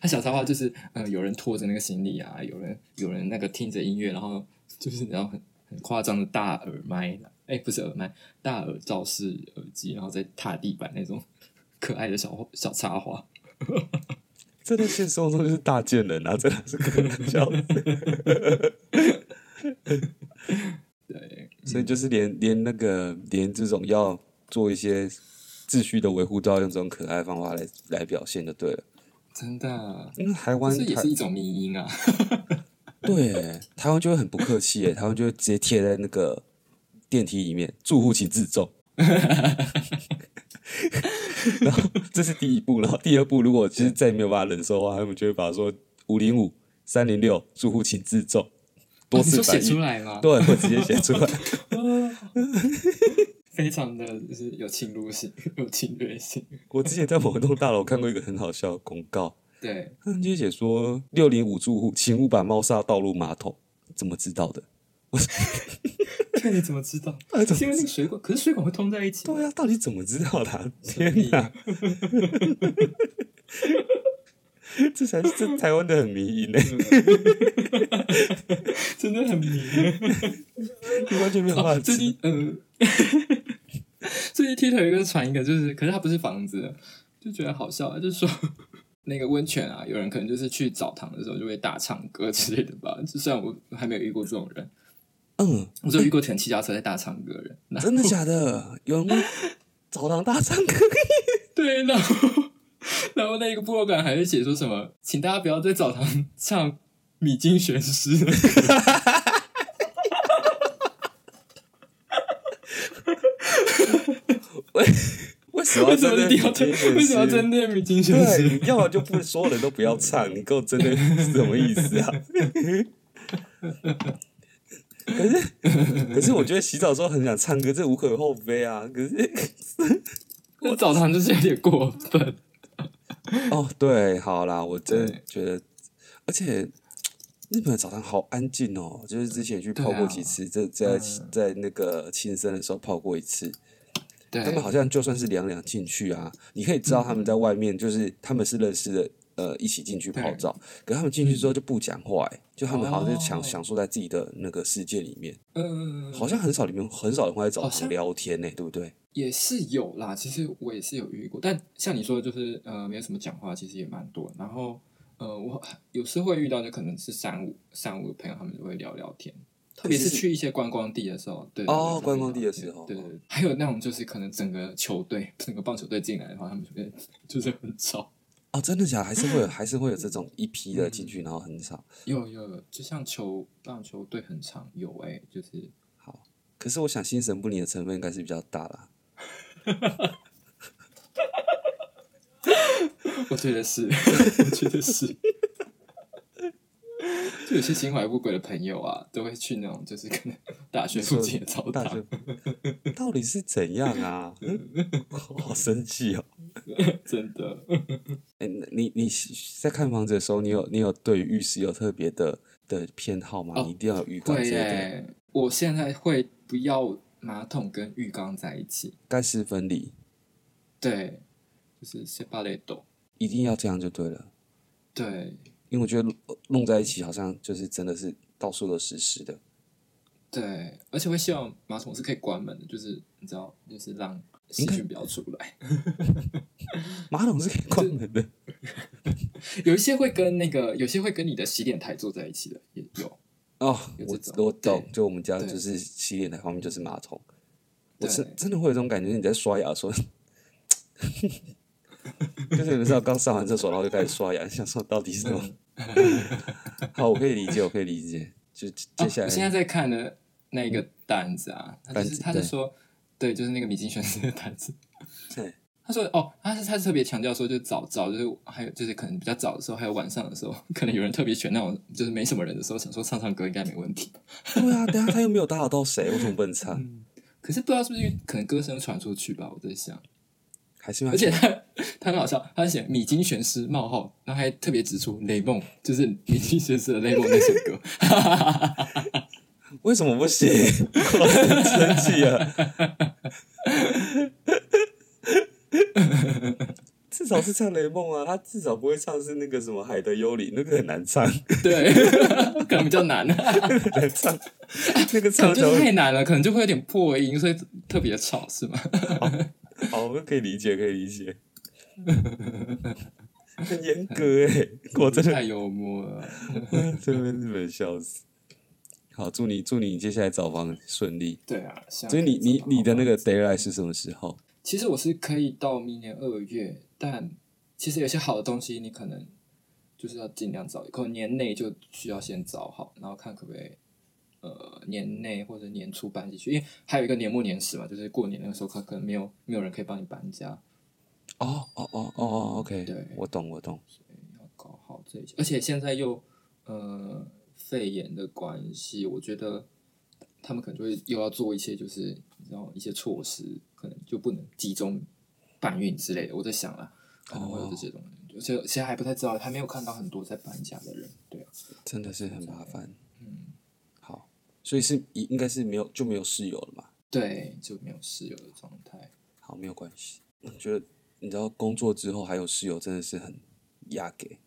Speaker 2: 他小插画就是呃有人拖着那个行李啊，有人有人那个听着音乐，然后就是然后很很夸张的大耳麦，哎、不是耳麦，大耳罩式耳机，然后再踏地板那种 可爱的小小插画。
Speaker 1: 这在现实生活中就是大贱人啊，真的是开玩笑。
Speaker 2: 对，
Speaker 1: 所以就是连连那个连这种要做一些秩序的维护，都要用这种可爱的方法来来表现就对了。
Speaker 2: 真的，啊
Speaker 1: 因为台湾
Speaker 2: 这也
Speaker 1: 台
Speaker 2: 是一种迷 因啊。
Speaker 1: 对台湾就会很不客气耶，台湾就会直接贴在那个电梯里面，住户请自重。 然后这是第一步，然后第二步，如果就是再也没有办法忍受的话，他们就会把它说五零五三零六住户请自重，多
Speaker 2: 哦你
Speaker 1: 次
Speaker 2: 说
Speaker 1: 反
Speaker 2: 写出
Speaker 1: 映，
Speaker 2: 来吗？
Speaker 1: 对，会直接写出来。
Speaker 2: 非常的就是有侵入性，有侵略性。
Speaker 1: 我之前在某栋大楼看过一个很好笑的公告，
Speaker 2: 对，
Speaker 1: 他们就写说六零五住户，请勿把猫砂倒入马桶。怎么知道的？
Speaker 2: 看哎你怎么知 道？
Speaker 1: 啊怎么
Speaker 2: 是因为那个水管，可是水管会通在一起。
Speaker 1: 对啊，到底怎么知道的啊、
Speaker 2: 所以
Speaker 1: 天哪， 这才是这台湾的很迷 因呢、
Speaker 2: 啊真的很迷。
Speaker 1: 你完 全没有办法
Speaker 2: 最
Speaker 1: 知。
Speaker 2: 近，嗯， 最近 Twitter 有一个传一个，就是，可是它不是房子，就觉得好笑啊，就是说。那个温泉啊，有人可能就是去澡堂的时候就会大唱歌之类的吧。就虽然我还没有遇过这种人，
Speaker 1: 嗯，
Speaker 2: 我只有遇过全骑脚踏车在大唱歌的人。 那
Speaker 1: 真的假的？有人会澡堂大唱 歌？
Speaker 2: 对，然后然后那个部落感还会写说什么，请大家不要在澡堂唱米津 玄师。
Speaker 1: 为什么
Speaker 2: 为
Speaker 1: 要
Speaker 2: 什
Speaker 1: 针
Speaker 2: 么
Speaker 1: 对
Speaker 2: 一定
Speaker 1: 这
Speaker 2: 要针？
Speaker 1: 件事
Speaker 2: 为什么要针对米津玄师？
Speaker 1: 对，要么就不所有人都不要唱，你给我真的是什么意思 啊？可是，可是我觉得洗澡的时候很想唱歌，这无可厚非啊。可是，
Speaker 2: 我澡堂就是有点过分。
Speaker 1: 哦，对，好啦，我真的
Speaker 2: 对
Speaker 1: 觉得，而且日本的澡堂好安静哦，就是之前去
Speaker 2: 对
Speaker 1: 泡过
Speaker 2: 啊
Speaker 1: 几次，这在在那个庆生的时候泡过一次，
Speaker 2: 对嗯
Speaker 1: 他们好像就算是两两进去啊，你可以知道他们在外面就是他们是认识的，呃，一起进去泡澡，可他们进去之后就不讲话、欸，就他们好像就享
Speaker 2: 嗯哦
Speaker 1: 享受在自己的那个世界里面，
Speaker 2: 嗯，
Speaker 1: 好像很少里面很少人会在澡
Speaker 2: 好
Speaker 1: 堂
Speaker 2: 像
Speaker 1: 聊天呢、对不对？
Speaker 2: 也是有啦。其实我也是有遇过，但像你说的，就是呃，没有什么讲话，其实也蛮多。然后呃，我有时会遇到，就可能是三五三五的朋友，他们就会聊聊天。特别是
Speaker 1: 可是
Speaker 2: 去一些观光地的时候，对
Speaker 1: 哦
Speaker 2: 对
Speaker 1: 观光地的时候哦
Speaker 2: 对对对，还有那种就是可能整个球队、整个棒球队进来的话，他们就会 就是很吵。
Speaker 1: 哦，真的假的？还是会有，还是会有这种一批的
Speaker 2: 嗯
Speaker 1: 进去，然后很少。
Speaker 2: 有有有，就像球棒球队很常有哎、就是
Speaker 1: 好，可是我想心神不宁的成分应该是比较大啦。
Speaker 2: 我觉得 是，我觉得是。就有些心怀不轨的朋友啊，都会去那种就是可能大学附近的澡
Speaker 1: 大
Speaker 2: 堂，
Speaker 1: 学 到底是怎样啊？ 我好生气哦！
Speaker 2: 真的。
Speaker 1: 哎、那你你在看房子的时候，你有你有对于浴室有特别的的偏好吗？
Speaker 2: 哦
Speaker 1: 你一定要有浴缸
Speaker 2: 会
Speaker 1: 之类
Speaker 2: 耶、
Speaker 1: 的，
Speaker 2: 我现在会不要马桶跟浴缸在一起，
Speaker 1: 干湿分离，
Speaker 2: 对，就是塞巴雷斗，
Speaker 1: 一定要这样就对了。
Speaker 2: 对
Speaker 1: 因为我觉得呃弄在一起好像就是真的是到处都湿湿的。
Speaker 2: 对，而且会希望马桶是可以关门的，就是你知道，就是让细菌不要出来。
Speaker 1: 马桶是可以关门的，
Speaker 2: 有一些会跟那个，有些会跟你的洗脸台坐在一起的，也有。
Speaker 1: 哦，
Speaker 2: 有
Speaker 1: 我
Speaker 2: 这种
Speaker 1: 我懂，
Speaker 2: 对
Speaker 1: 就我们家
Speaker 2: 对
Speaker 1: 就是洗脸台旁边就是马桶，我
Speaker 2: 对
Speaker 1: 真真的会有这种感觉，你在刷牙的时候， 就是你知道刚上完厕所，然后就开始刷牙，想说到底是什么？
Speaker 2: 嗯
Speaker 1: 好，我可以理解，我可以理解。就接下
Speaker 2: 啊我现在
Speaker 1: 来，
Speaker 2: 在看的那个单子啊，他就
Speaker 1: 单
Speaker 2: 是
Speaker 1: 子
Speaker 2: 他是
Speaker 1: 对
Speaker 2: 说，对，就是那个米津玄师的单子。
Speaker 1: 对
Speaker 2: 他说哦，他是他是特别强调说，就早早就是还有就是可能比较早的时候，还有晚上的时候，可能有人特别选那种就是没什么人的时候，想说唱唱歌应该没问题。
Speaker 1: 对啊，等一下他又没有打扰到谁，为什么不能唱？
Speaker 2: 嗯可是不知道是不是因为可能歌声传出去吧，我在想。
Speaker 1: 还是因为
Speaker 2: 而
Speaker 1: 他
Speaker 2: 且他他很好笑，他写米津玄师冒号，然后还特别指出雷梦，就是米津玄师的雷梦那首歌。
Speaker 1: 为什么不行？我很生气啊！至少是唱雷梦啊，他至少不会唱是那个什么海的幽灵，那个很难唱，
Speaker 2: 对， 可能比较难。啊
Speaker 1: 很难唱，那个
Speaker 2: 可能
Speaker 1: 唱起来
Speaker 2: 就是
Speaker 1: 会
Speaker 2: 太难了，可能就会有点破音，所以特别吵，是吗？
Speaker 1: 好，我可以理解，可以理解。很严格哎、 我真的
Speaker 2: 太幽默了。
Speaker 1: 真的被日本笑死。好，祝你祝你接下来找房顺利。
Speaker 2: 对啊，希望
Speaker 1: 所以你
Speaker 2: 可以
Speaker 1: 你
Speaker 2: 找到
Speaker 1: 你的那
Speaker 2: 好房
Speaker 1: 个
Speaker 2: 子
Speaker 1: d a y l i g h t 是什么时候？
Speaker 2: 其实我是可以到明年二月，但其实有些好的东西，你可能就是要尽量找，可能年内就需要先找好，然后看可不可以。呃，年内或者年初搬进去，因为还有一个年末年始嘛，就是过年那个时候，可可能没有没有人可以帮你搬家，
Speaker 1: 哦哦哦哦哦，OK，
Speaker 2: 对
Speaker 1: 我懂我懂。
Speaker 2: 要搞好这一些。而且现在又呃肺炎的关系，我觉得他们可能就会又要做一些就是你知道一些措施，可能就不能集中搬运之类的。我在想啊，可能会有这些东西，而且现在还不太知道，还没有看到很多在搬家的人。对啊，
Speaker 1: 真的是很麻烦。嗯，好，所以是应应该是没有就没有室友了嘛？
Speaker 2: 对，就没有室友的状态。
Speaker 1: 好，没有关系。我觉得你知道，工作之后还有室友真的是很压给，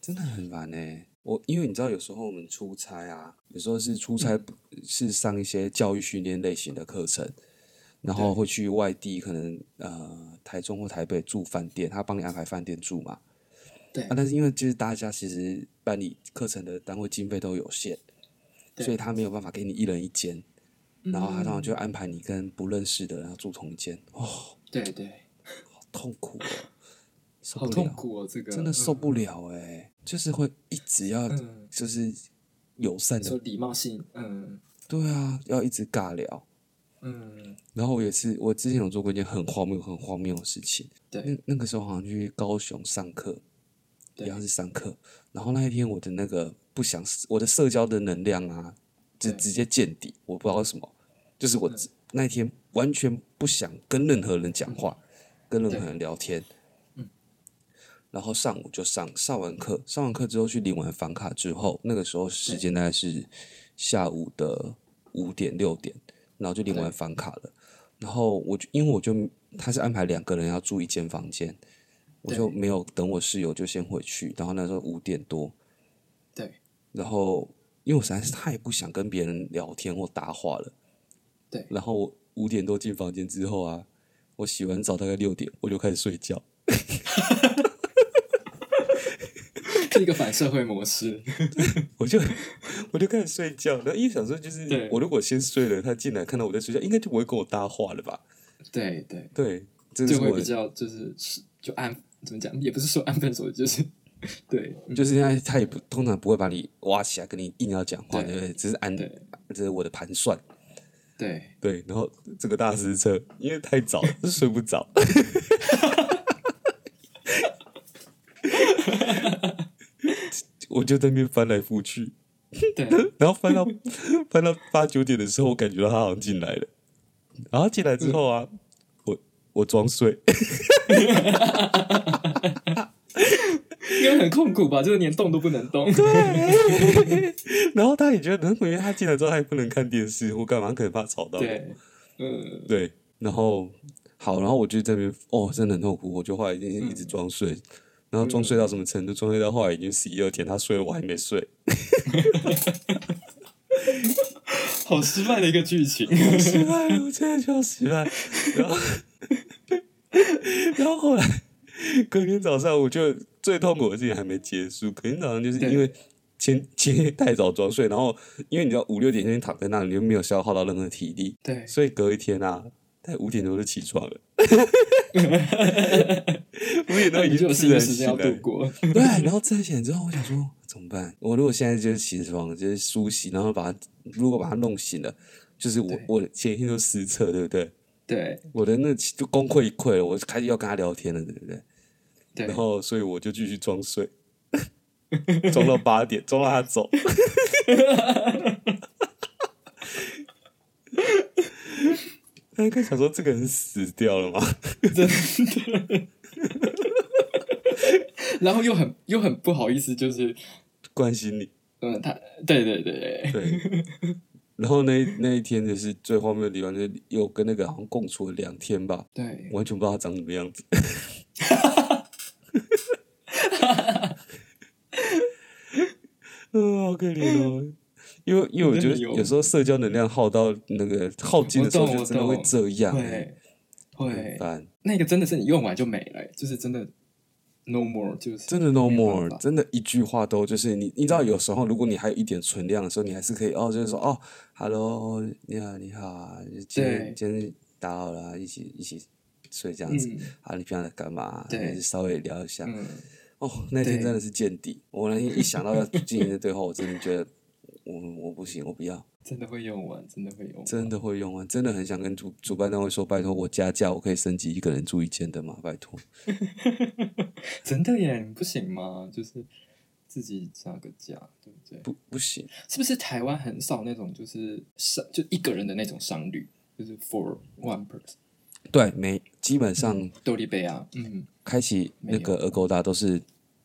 Speaker 1: 真的很烦呢、我因为你知道，有时候我们出差啊，有时候是出差
Speaker 2: 嗯
Speaker 1: 是上一些教育训练类型的课程，然后会去外地，可能呃台中或台北住饭店，他帮你安排饭店住嘛。
Speaker 2: 对
Speaker 1: 啊，但是因为就是大家其实办理课程的单位经费都有限，
Speaker 2: 对
Speaker 1: 所以他没有办法给你一人一间，然后他
Speaker 2: 嗯
Speaker 1: 当然就安排你跟不认识的人要住同一间，哦，好
Speaker 2: 对对，
Speaker 1: 痛苦哦，受
Speaker 2: 好
Speaker 1: 不
Speaker 2: 痛
Speaker 1: 了，
Speaker 2: 苦哦，这个
Speaker 1: 真的受
Speaker 2: 嗯
Speaker 1: 不了哎、就是会一直要
Speaker 2: 嗯
Speaker 1: 就是友善
Speaker 2: 说
Speaker 1: 的，
Speaker 2: 礼貌性，嗯
Speaker 1: 对啊，要一直尬聊。
Speaker 2: 嗯，
Speaker 1: 然后我也是，我之前有做过一件很荒谬、很荒谬的事情。
Speaker 2: 对
Speaker 1: 那那个时候好像去高雄上课，一
Speaker 2: 对
Speaker 1: 样是上课。然后那一天我的那个不想，我的社交的能量啊，就
Speaker 2: 对
Speaker 1: 直接见底。我不知道为什么，就是我只那一天完全不想跟任何人讲话，
Speaker 2: 嗯
Speaker 1: 跟任何人聊天。然后上午就上上完课，上完课之后去领完房卡之后，那个时候时间大概是下午的五点六点，然后就领完房卡了。然后我就因为我就他是安排两个人要住一间房间，我就没有等我室友就先回去，然后那时候五点多，
Speaker 2: 对，
Speaker 1: 然后因为我实在是太不想跟别人聊天或搭话了，
Speaker 2: 对
Speaker 1: 然后我五点多进房间之后啊，我洗完澡大概六点我就开始睡觉，
Speaker 2: 是一个反社会模式。
Speaker 1: 我就 我就开始睡觉，然后一想说就是
Speaker 2: 对
Speaker 1: 我如果先睡了，他进来看到我在睡觉，应该就不会跟我搭话了吧？
Speaker 2: 对对，
Speaker 1: 对，这
Speaker 2: 就是会
Speaker 1: 我
Speaker 2: 比较就是就按怎么讲，也不是说按分手，就是对
Speaker 1: 就是他他也不通常不会把你挖起来跟你硬要讲话，
Speaker 2: 对
Speaker 1: 对不对？只是按
Speaker 2: 对
Speaker 1: 这是我的盘算，
Speaker 2: 对，
Speaker 1: 对。然后这个大师车因为太早了睡不着， 我就在那边翻来覆去，
Speaker 2: 对，
Speaker 1: 然后翻到翻到八九点的时候，我感觉到他好像进来了，然后进来之后啊，我我装睡，
Speaker 2: 因为很痛苦吧，就是连动都不能动。
Speaker 1: 然后他也觉得很诡异，他进来之后他也不能看电视或干嘛，可能怕吵到我。
Speaker 2: 对，嗯，
Speaker 1: 对，然后好，然后我就在那边哦，真的很痛苦，我就后来一直一直装睡，然后装睡到什么程度？装睡到后来已经十一二点，他睡了我还没睡，
Speaker 2: 好失败的一个 剧情。
Speaker 1: 失败了，我真的就要失败。然后，然后后来隔天早上，我就最痛苦的事情还没结束，隔天早上就是因为。前前天 太早装睡，然后因为你知道五六点就躺在那里，你就没有消耗到任何体力，
Speaker 2: 对，
Speaker 1: 所以隔一天啊，大概五点多就起床了，五点多
Speaker 2: 那
Speaker 1: 已
Speaker 2: 你
Speaker 1: 经
Speaker 2: 就
Speaker 1: 自
Speaker 2: 有新的
Speaker 1: 然
Speaker 2: 时
Speaker 1: 醒
Speaker 2: 间要
Speaker 1: 了。
Speaker 2: 度过。
Speaker 1: 对，然后自然醒来之后，我想说怎么办？我如果现在就是起床，就是梳洗，然后把它如果把它弄醒了，就是我
Speaker 2: 对
Speaker 1: 我前一天就失策，对不对？
Speaker 2: 对
Speaker 1: 我的那个就功亏一篑了，我就开始要跟他聊天了，对不对？
Speaker 2: 对
Speaker 1: 然，后所以我就继续装睡， 装到八点，装到他走。他应该哎想说这个人死掉了吗？
Speaker 2: 然后又很又很不好意思，就是
Speaker 1: 关心你，
Speaker 2: 嗯，他对对对
Speaker 1: 对。然后那一那一天就是最荒谬的地方，就是有跟那个好像共处了两天吧，
Speaker 2: 对，
Speaker 1: 完全不知道他长什么样 子。嗯，好可怜哦。因为因为我觉得
Speaker 2: 真的有
Speaker 1: 有时候社交能量耗到那个耗尽的时候，
Speaker 2: 我懂
Speaker 1: 就真的会这样、欸。
Speaker 2: 会会
Speaker 1: 很，烦，
Speaker 2: 那个真的是你用完就没了、欸就是真的 no more，就是
Speaker 1: 真的 no
Speaker 2: 没有办
Speaker 1: more，
Speaker 2: 法
Speaker 1: 真的一句话都就是你，你知道有时候如果你还有一点存量的时候，你还是可以哦，就是说哦，hello，你好，你好啊，就今天
Speaker 2: 对
Speaker 1: 今天打扰了啊，一起一起睡这样子。
Speaker 2: 嗯
Speaker 1: 啊，你平常在干嘛？
Speaker 2: 对
Speaker 1: 还是稍微聊一下。
Speaker 2: 嗯，
Speaker 1: 哦，那天
Speaker 2: 对
Speaker 1: 真的是见底。我那天一想到要进行的对话，我真的觉得我我不行，我不要，
Speaker 2: 真的会用完，真的会用完，
Speaker 1: 真的会用完，啊真的很想跟主主办单位说，拜托我加价，我可以升级一个人住一间的吗？拜托。
Speaker 2: 真的耶，你不行吗？就是自己加个价，对不对？
Speaker 1: 不不行，
Speaker 2: 是不是台湾很少那种就是商就一个人的那种商旅，就是 for one person，
Speaker 1: 对，没基本上
Speaker 2: 豆利杯啊，嗯，
Speaker 1: 开启那个
Speaker 2: 没
Speaker 1: a g o d 都是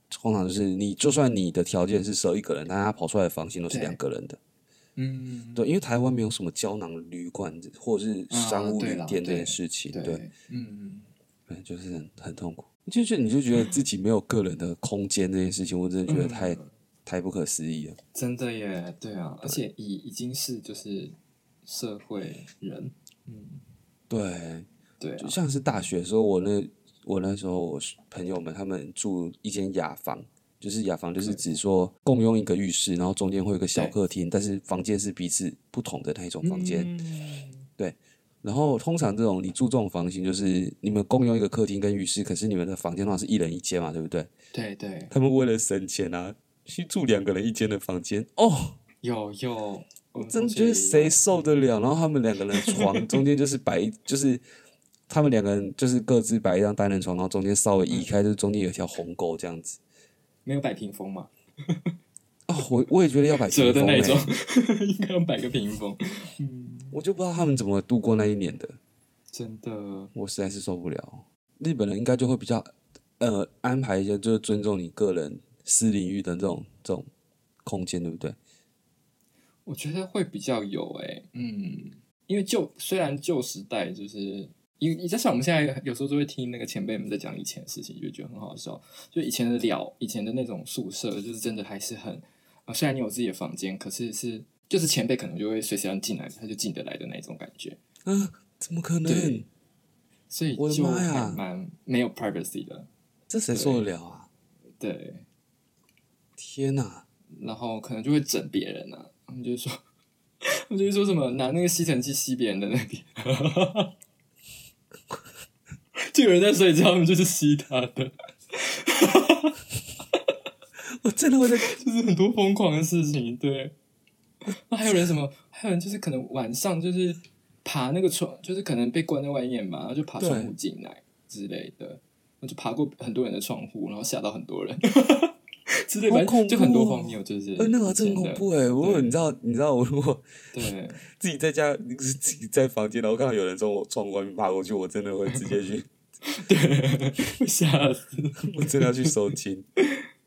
Speaker 1: 通常就是你就算你的条件是收一个人，但他跑出来的房型都是
Speaker 2: 对
Speaker 1: 两个人的。
Speaker 2: 嗯，
Speaker 1: 对，因为台湾没有什么胶囊旅馆或者是商务
Speaker 2: 啊对
Speaker 1: 旅
Speaker 2: 啦
Speaker 1: 店这件
Speaker 2: 对
Speaker 1: 事情，
Speaker 2: 对，
Speaker 1: 对。
Speaker 2: 嗯，
Speaker 1: 对，就是很很痛苦。就是你就觉得自己没有个人的空间这件事情，我真的觉得太、
Speaker 2: 嗯
Speaker 1: 太不可思议了。
Speaker 2: 真的耶，对啊，而且已已经是就是社会人，
Speaker 1: 对，
Speaker 2: 对啊
Speaker 1: 就，像是大学的时候，我那我那时候我朋友们他们住一间雅房，就是雅房就是指说共用一个浴室，然后中间会有一个小
Speaker 2: 对
Speaker 1: 客厅，但是房间是彼此不同的那一种房间。
Speaker 2: 嗯
Speaker 1: 然后通常这种你住这种房型，就是你们共用一个客厅跟浴室，可是你们的房间的话是一人一间嘛，对不对？
Speaker 2: 对对，
Speaker 1: 他们为了省钱啊，去住两个人一间的房间哦。
Speaker 2: 有有，我们
Speaker 1: 真
Speaker 2: 同
Speaker 1: 的
Speaker 2: 学
Speaker 1: 觉
Speaker 2: 也
Speaker 1: 得
Speaker 2: 有
Speaker 1: 谁受得了？然后他们两个人的 床中间就是摆一，就是他们两个人就是各自摆一张单人床，然后中间稍微移开，就是中间有一条鸿沟这样子。
Speaker 2: 没有摆屏风嘛？
Speaker 1: 哦，我我也觉得要摆
Speaker 2: 折
Speaker 1: 屏风、
Speaker 2: 的那种
Speaker 1: 欸，，
Speaker 2: 应该要摆个屏风，
Speaker 1: 我就不知道他们怎么度过那一年的，
Speaker 2: 真的，
Speaker 1: 我实在是受不了。日本人应该就会比较呃安排一些，就是尊重你个人私领域的这种这种空间，对不对？
Speaker 2: 我觉得会比较有诶、嗯，欸因为旧虽然旧时代就是。因为就像我们现在有时候就会听那个前辈们在讲以前的事情，就觉得很好笑。就以前的聊，以前的那种宿舍，就是真的还是很，呃、虽然你有自己的房间，可是是就是前辈可能就会随时让你进来，他就进得来的那种感觉。
Speaker 1: 啊，怎么可能
Speaker 2: 对？所以
Speaker 1: 我的
Speaker 2: 就
Speaker 1: 妈呀
Speaker 2: 还蛮没有 privacy 的，
Speaker 1: 这谁受得了啊？
Speaker 2: 对。
Speaker 1: 天哪、
Speaker 2: 然后可能就会整别人啊，他们就会说， 他们就会说什么拿那个吸尘器吸别人的那边，就有人在睡觉，他们就是吸他的，
Speaker 1: 我真的会在
Speaker 2: 就是很多疯狂的事情。对，那还有人什么，还有人就是可能晚上就是爬那个窗，就是可能被关在外面嘛，然后就爬窗户进来之类的，我就爬过很多人的窗户，然后吓到很多人。 之类，
Speaker 1: 好
Speaker 2: 反
Speaker 1: 恐怖
Speaker 2: 正就很多
Speaker 1: 哦
Speaker 2: 方面，就是、
Speaker 1: 呃，那个真的很恐怖哎、我
Speaker 2: 对
Speaker 1: 你知道，你知道，我如果
Speaker 2: 对，
Speaker 1: 自己在家，自己在房间，然后看到有人从我窗户外面爬过去，我真的会直接 去，
Speaker 2: 对， 会吓死。
Speaker 1: 我真的要去收 金。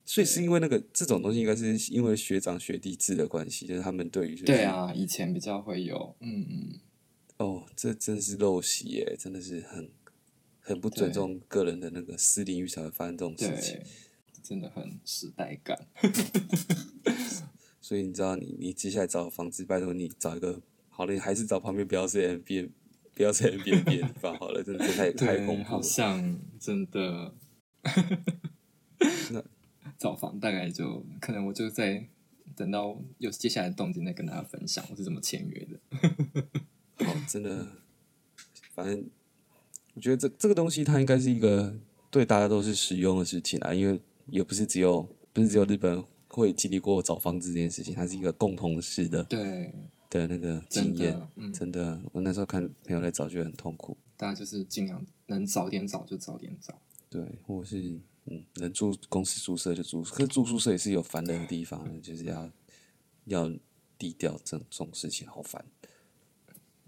Speaker 1: 所以是因为那个这种东西，应该是因为学长学弟制的关系，就是他们对于、就是、
Speaker 2: 对，啊，以前比较会有，嗯嗯，
Speaker 1: 哦，这真是陋习耶、真的是很很不尊
Speaker 2: 对
Speaker 1: 重个人的那个私领域才会发生这种事情
Speaker 2: 对。，真的很时代感。
Speaker 1: 所以你知道你，你接下来找房子，拜托你找一个好的，你还是找旁边不要是 M B，不要是 M B B 的地方好了，真的是太太恐
Speaker 2: 对，
Speaker 1: 怖
Speaker 2: 好
Speaker 1: 了。
Speaker 2: 像真的
Speaker 1: 那，
Speaker 2: 找房大概就可能我就在等到有接下来的动静再跟大家分享我是怎么签约的。
Speaker 1: 好，哦真的，反正我觉得这这个东西它应该是一个对大家都是实用的事情啊，因为也不是只有不是只有日本会经历过找房子这件事情，它是一个共同式的
Speaker 2: 对，
Speaker 1: 的那个经
Speaker 2: 真
Speaker 1: 验。
Speaker 2: 的，嗯，
Speaker 1: 真的，我那时候看朋友来找就很痛苦。
Speaker 2: 大家就是尽量能早点找就早点找。
Speaker 1: 对，或者是嗯，能住公司宿舍就住，可是住宿舍也是有烦人的地方的，就是要要低调，这种这种事情好烦。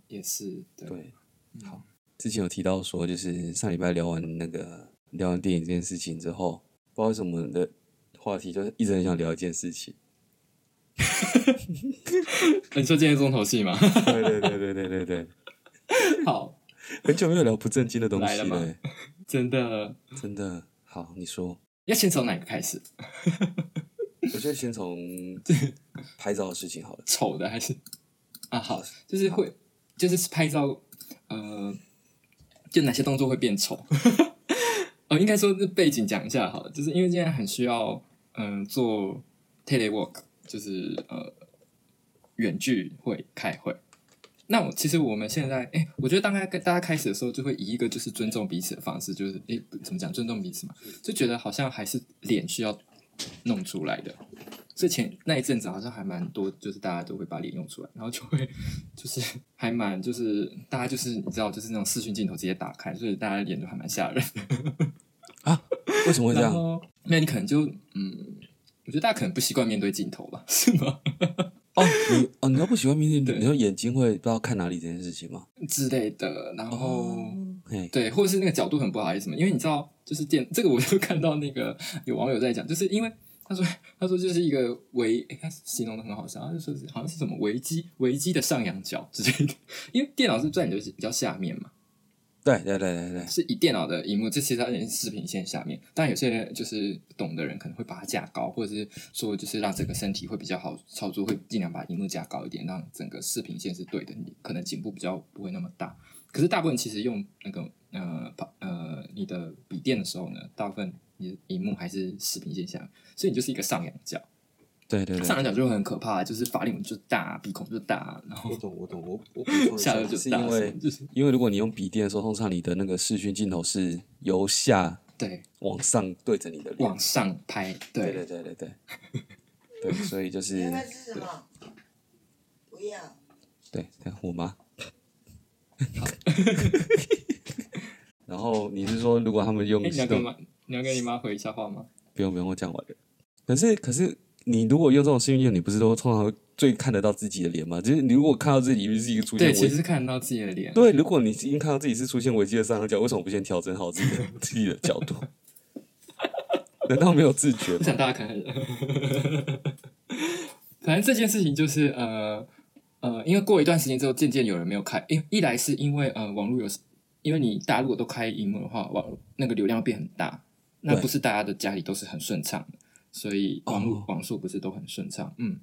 Speaker 2: 也是，对，嗯
Speaker 1: 对，好，之前有提到说，就是上礼拜聊完那个聊完电影这件事情之后，不知道为什么我们的话题就是一直很想聊一件事情。
Speaker 2: 呃你说今天重头戏吗？
Speaker 1: 对对对对对对对，
Speaker 2: 好，
Speaker 1: 很久没有聊不正经的东西
Speaker 2: 来了吗
Speaker 1: 欸
Speaker 2: 真的
Speaker 1: 真的。好，你 说，
Speaker 2: 要先从哪个开始？
Speaker 1: 我觉得先从拍照的事情好了。
Speaker 2: 丑的还是啊好，就是会就是拍照，呃，就哪些动作会变丑？哦，应该说是背景讲一下好了，就是因为现在很需要嗯、呃做 telework，就是呃远距会开会。那我其实我们现在，哎、我觉得大概跟大家开始的时候，就会以一个就是尊重彼此的方式，就是哎、不怎么讲尊重彼此嘛，就觉得好像还是脸需要弄出来的。之前那一阵子好像还蛮多，就是大家都会把脸用出来，然后就会就是 还蛮就是大家就是你知道就是那种视讯镜头直接打开，所以大家脸都还蛮吓人。
Speaker 1: 为什么会这
Speaker 2: 然
Speaker 1: 样？
Speaker 2: 后那你可能就嗯，我觉得大家可能不习惯面对镜头吧， 是吗？
Speaker 1: 哦，你哦，你都不喜欢明天，
Speaker 2: 对
Speaker 1: 你说眼睛会不知道看哪里这件事情吗？
Speaker 2: 之类的。然后、
Speaker 1: 哦嘿，
Speaker 2: 对，或者是那个角度很不好还是什么，因为你知道，就是电这个我就看到那个有网友在讲，就是因为他说他说就是一个危，诶他形容的很好笑，他就说是好像是什么危机危机的上扬角之类的， 因为电脑是在你的比较下面嘛，
Speaker 1: 对对对对对，
Speaker 2: 是以电脑的荧幕，这其实它也是视频线下面，当然有些人就是不懂的人可能会把它架高，或者是说就是让整个身体会比较好操作，会尽量把荧幕架高一点，让整个视频线是对的，你可能颈部比较不会那么大。可是大部分其实用那个呃把呃你的笔电的时候呢，大部分你的荧幕还是视频线下，所以你就是一个上扬角，
Speaker 1: 对对对。
Speaker 2: 上扬角就很可怕，就是法令纹就大，鼻孔就大，然后
Speaker 1: 我懂，我懂，我我补充一
Speaker 2: 下颚就是大，
Speaker 1: 因为
Speaker 2: 就是
Speaker 1: 因为如果你用笔电的时候，通常你的那个视讯镜头是由下
Speaker 2: 对
Speaker 1: 往上对着你的脸，
Speaker 2: 往上拍，
Speaker 1: 对对对对对， 对，所以就是
Speaker 3: 那个是什么？不要。
Speaker 1: 对，看我妈。 然后你是说，如果他们用
Speaker 2: 哎、你要
Speaker 1: 这种
Speaker 2: 跟你妈，你要跟你妈回一下话吗？
Speaker 1: 不用不用，我讲完了。可是可是，你如果用这种幸运镜，你不是都通常会最看得到自己的脸吗？就是你如果看到自己是一个出现
Speaker 2: 对，
Speaker 1: 危
Speaker 2: 其实是看得到自己的脸。
Speaker 1: 对，如果你已经看到自己是出现危机的上角，为什么不先调整好自己的 自己的角度？难道没有自觉
Speaker 2: 我
Speaker 1: 吗？
Speaker 2: 想大家可能，反正这件事情就是呃呃，因为过一段时间之后，渐渐有人没有开，因一来是因为呃网络有，因为你大陆都开荧幕的话，网那个流量会变很大，那
Speaker 1: 对
Speaker 2: 不是大家的家里都是很顺畅的，所以网络、
Speaker 1: 哦
Speaker 2: 网速不是都很顺畅，嗯，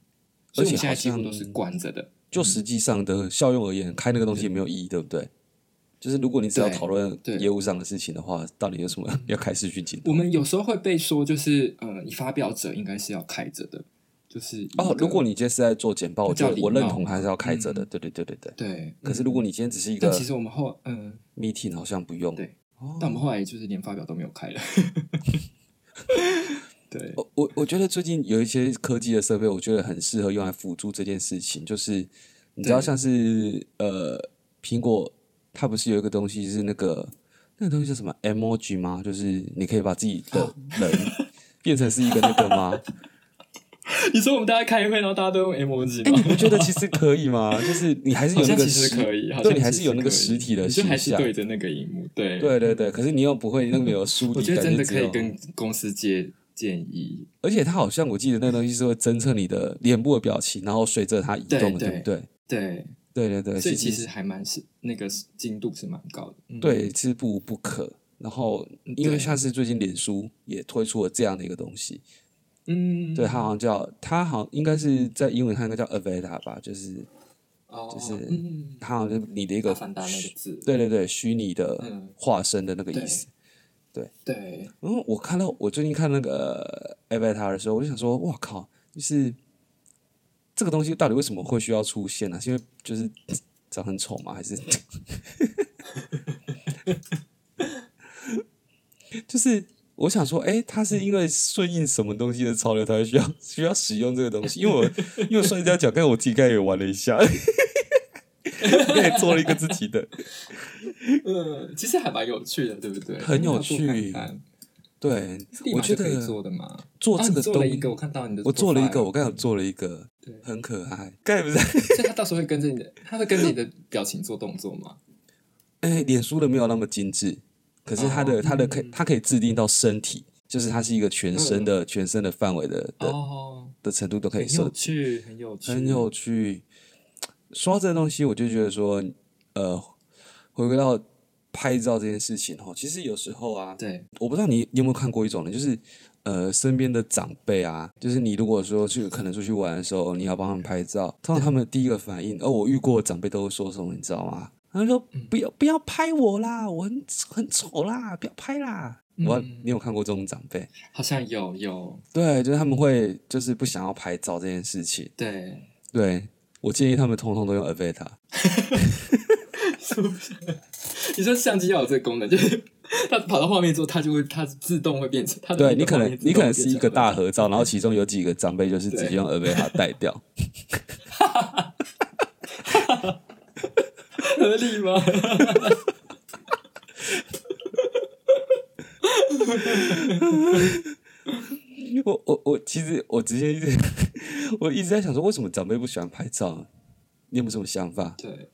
Speaker 2: 所
Speaker 1: 而且
Speaker 2: 以我们现在几乎
Speaker 1: 好像
Speaker 2: 都是关着的，
Speaker 1: 就实际上的效用而言，开那个东西也没有意义，对不对？就是如果你只要
Speaker 2: 对
Speaker 1: 讨论
Speaker 2: 对
Speaker 1: 业务上的事情的话，到底有什么要开视讯镜头？
Speaker 2: 我们有时候会被说，就是呃，你发表者应该是要开着的，就是
Speaker 1: 哦，如果
Speaker 2: 你
Speaker 1: 你今天是在做简报，我
Speaker 2: 比
Speaker 1: 觉
Speaker 2: 较
Speaker 1: 得我
Speaker 2: 礼貌
Speaker 1: 认同还是要开着的，
Speaker 2: 嗯
Speaker 1: 对对对对对。
Speaker 2: 对，
Speaker 1: 可是
Speaker 2: 嗯
Speaker 1: 如果你今天只是一个
Speaker 2: 但其实我们后嗯，
Speaker 1: meeting，好像不用。
Speaker 2: 对
Speaker 1: 哦，
Speaker 2: 但我们后来就是连发表都没有 开了，对，
Speaker 1: 我我我觉得最近有一些科技的设备，我觉得很适合用来辅助这件事情。就是你知道，
Speaker 2: 对
Speaker 1: 像是呃，苹果它不是有一个东西是那个那个东西叫什么 emoji 吗？就是你可以把自己 的人变成是一个那个吗？
Speaker 2: 你说我们大家开会，然后大家都用 emoji
Speaker 1: 哎、
Speaker 2: 吗？
Speaker 1: 你不觉得其实可以吗？就是你还是
Speaker 2: 好
Speaker 1: 有那
Speaker 2: 像
Speaker 1: 个
Speaker 2: 其实
Speaker 1: 实
Speaker 2: 可以，好像
Speaker 1: 对你还
Speaker 2: 其
Speaker 1: 是
Speaker 2: 实
Speaker 1: 有那个
Speaker 2: 可以
Speaker 1: 实体的
Speaker 2: 你就
Speaker 1: 形
Speaker 2: 还是
Speaker 1: 象。
Speaker 2: 对着那个荧幕，对，
Speaker 1: 对对对，可是你又不会那个有梳理，
Speaker 2: 我觉得
Speaker 1: 感
Speaker 2: 真的
Speaker 1: 只
Speaker 2: 可以
Speaker 1: 有
Speaker 2: 跟公司借建议，
Speaker 1: 而且它好像我记得那个东西是会侦测你的脸部的表情，然后随着它移
Speaker 2: 对
Speaker 1: 动的，
Speaker 2: 对
Speaker 1: 对不对？
Speaker 2: 对，
Speaker 1: 对对对，
Speaker 2: 所以
Speaker 1: 其
Speaker 2: 其实还蛮是那个进度是蛮高的，嗯，
Speaker 1: 对是不无不可。然后因为
Speaker 2: 对
Speaker 1: 像是最近脸书也推出了这样的一个东西，
Speaker 2: 嗯，
Speaker 1: 对它好像叫它好像应该是在英文它应该叫 Avata 吧，就是
Speaker 2: 哦，
Speaker 1: 就是
Speaker 2: 嗯，
Speaker 1: 它好像是你的一个
Speaker 2: 阿凡达那个字，
Speaker 1: 对对对虚拟的
Speaker 2: 嗯
Speaker 1: 化身的那个意
Speaker 2: 对
Speaker 1: 思。
Speaker 2: 对，
Speaker 1: 然嗯后我看到我最近看那个呃 Avatar 的时候，我就想说，哇靠，就是这个东西到底为什么会需要出现呢、是因为就是长很丑吗？还是 就是我想说，哎、它是因为顺应什么东西的潮流才会需要 需要使用这个东西？因为我因为我摔跤脚跟我膝盖也玩了一下， 我也做了一个自己的。
Speaker 2: 嗯，其实还蛮有趣的，对不对？
Speaker 1: 很有趣
Speaker 2: 要做看看
Speaker 1: 对
Speaker 2: 是立，
Speaker 1: 我
Speaker 2: 马
Speaker 1: 觉
Speaker 2: 就可以
Speaker 1: 得
Speaker 2: 做的嘛。
Speaker 1: 做
Speaker 2: 啊
Speaker 1: 这
Speaker 2: 你
Speaker 1: 个
Speaker 2: 做
Speaker 1: 东
Speaker 2: 了
Speaker 1: 西
Speaker 2: 一，个，我看到你的 profile，
Speaker 1: 我做了一个，我刚才有做了一个，
Speaker 2: 嗯对，
Speaker 1: 很可爱。盖不在，
Speaker 2: 所以他到时候会跟着你的，他会跟着你的表情做动作 嘛？
Speaker 1: 哎，脸书的没有那么精致，可是它的
Speaker 2: 哦
Speaker 1: 它的可
Speaker 2: 嗯
Speaker 1: 它可以制定到身体，就是它是一个全身的全身的范围的的
Speaker 2: 哦，
Speaker 1: 的程度都可以
Speaker 2: 很
Speaker 1: 设
Speaker 2: 有，趣，很有趣，
Speaker 1: 很有趣。说到这个东西，我就觉得说，呃，回归到拍照这件事情哦，其实有时候啊，
Speaker 2: 对，
Speaker 1: 我不知道你有没有看过一种人，就是呃，身边的长辈啊，就是你如果说去可能出去玩的时候，你要帮他们拍照，通常他们第一个反应，哦，我遇过的长辈都会说什么，你知道吗？他们说
Speaker 2: 嗯
Speaker 1: 不要不要拍我啦，我很很丑啦，不要拍啦。
Speaker 2: 嗯
Speaker 1: 我你有看过这种长辈？
Speaker 2: 好像有有
Speaker 1: 对，就是他们会就是不想要拍照这件事情。
Speaker 2: 对，
Speaker 1: 对我建议他们通通都用 Avata。
Speaker 2: 你说相机要有这个功能，就是 它跑到画面之后，它就会它自动会变成它的
Speaker 1: 对
Speaker 2: 那个
Speaker 1: 你可
Speaker 2: 画
Speaker 1: 能
Speaker 2: 面自
Speaker 1: 你可能
Speaker 2: 动会变
Speaker 1: 是一个
Speaker 2: 成
Speaker 1: 大合照，然后其中有几个长辈就是直接用 Avata 带掉。
Speaker 2: 合理吗？
Speaker 1: 我我我，其实我直接一直我一直在想说，为什么长辈不喜欢拍照？你有没有什么想法？
Speaker 2: 对，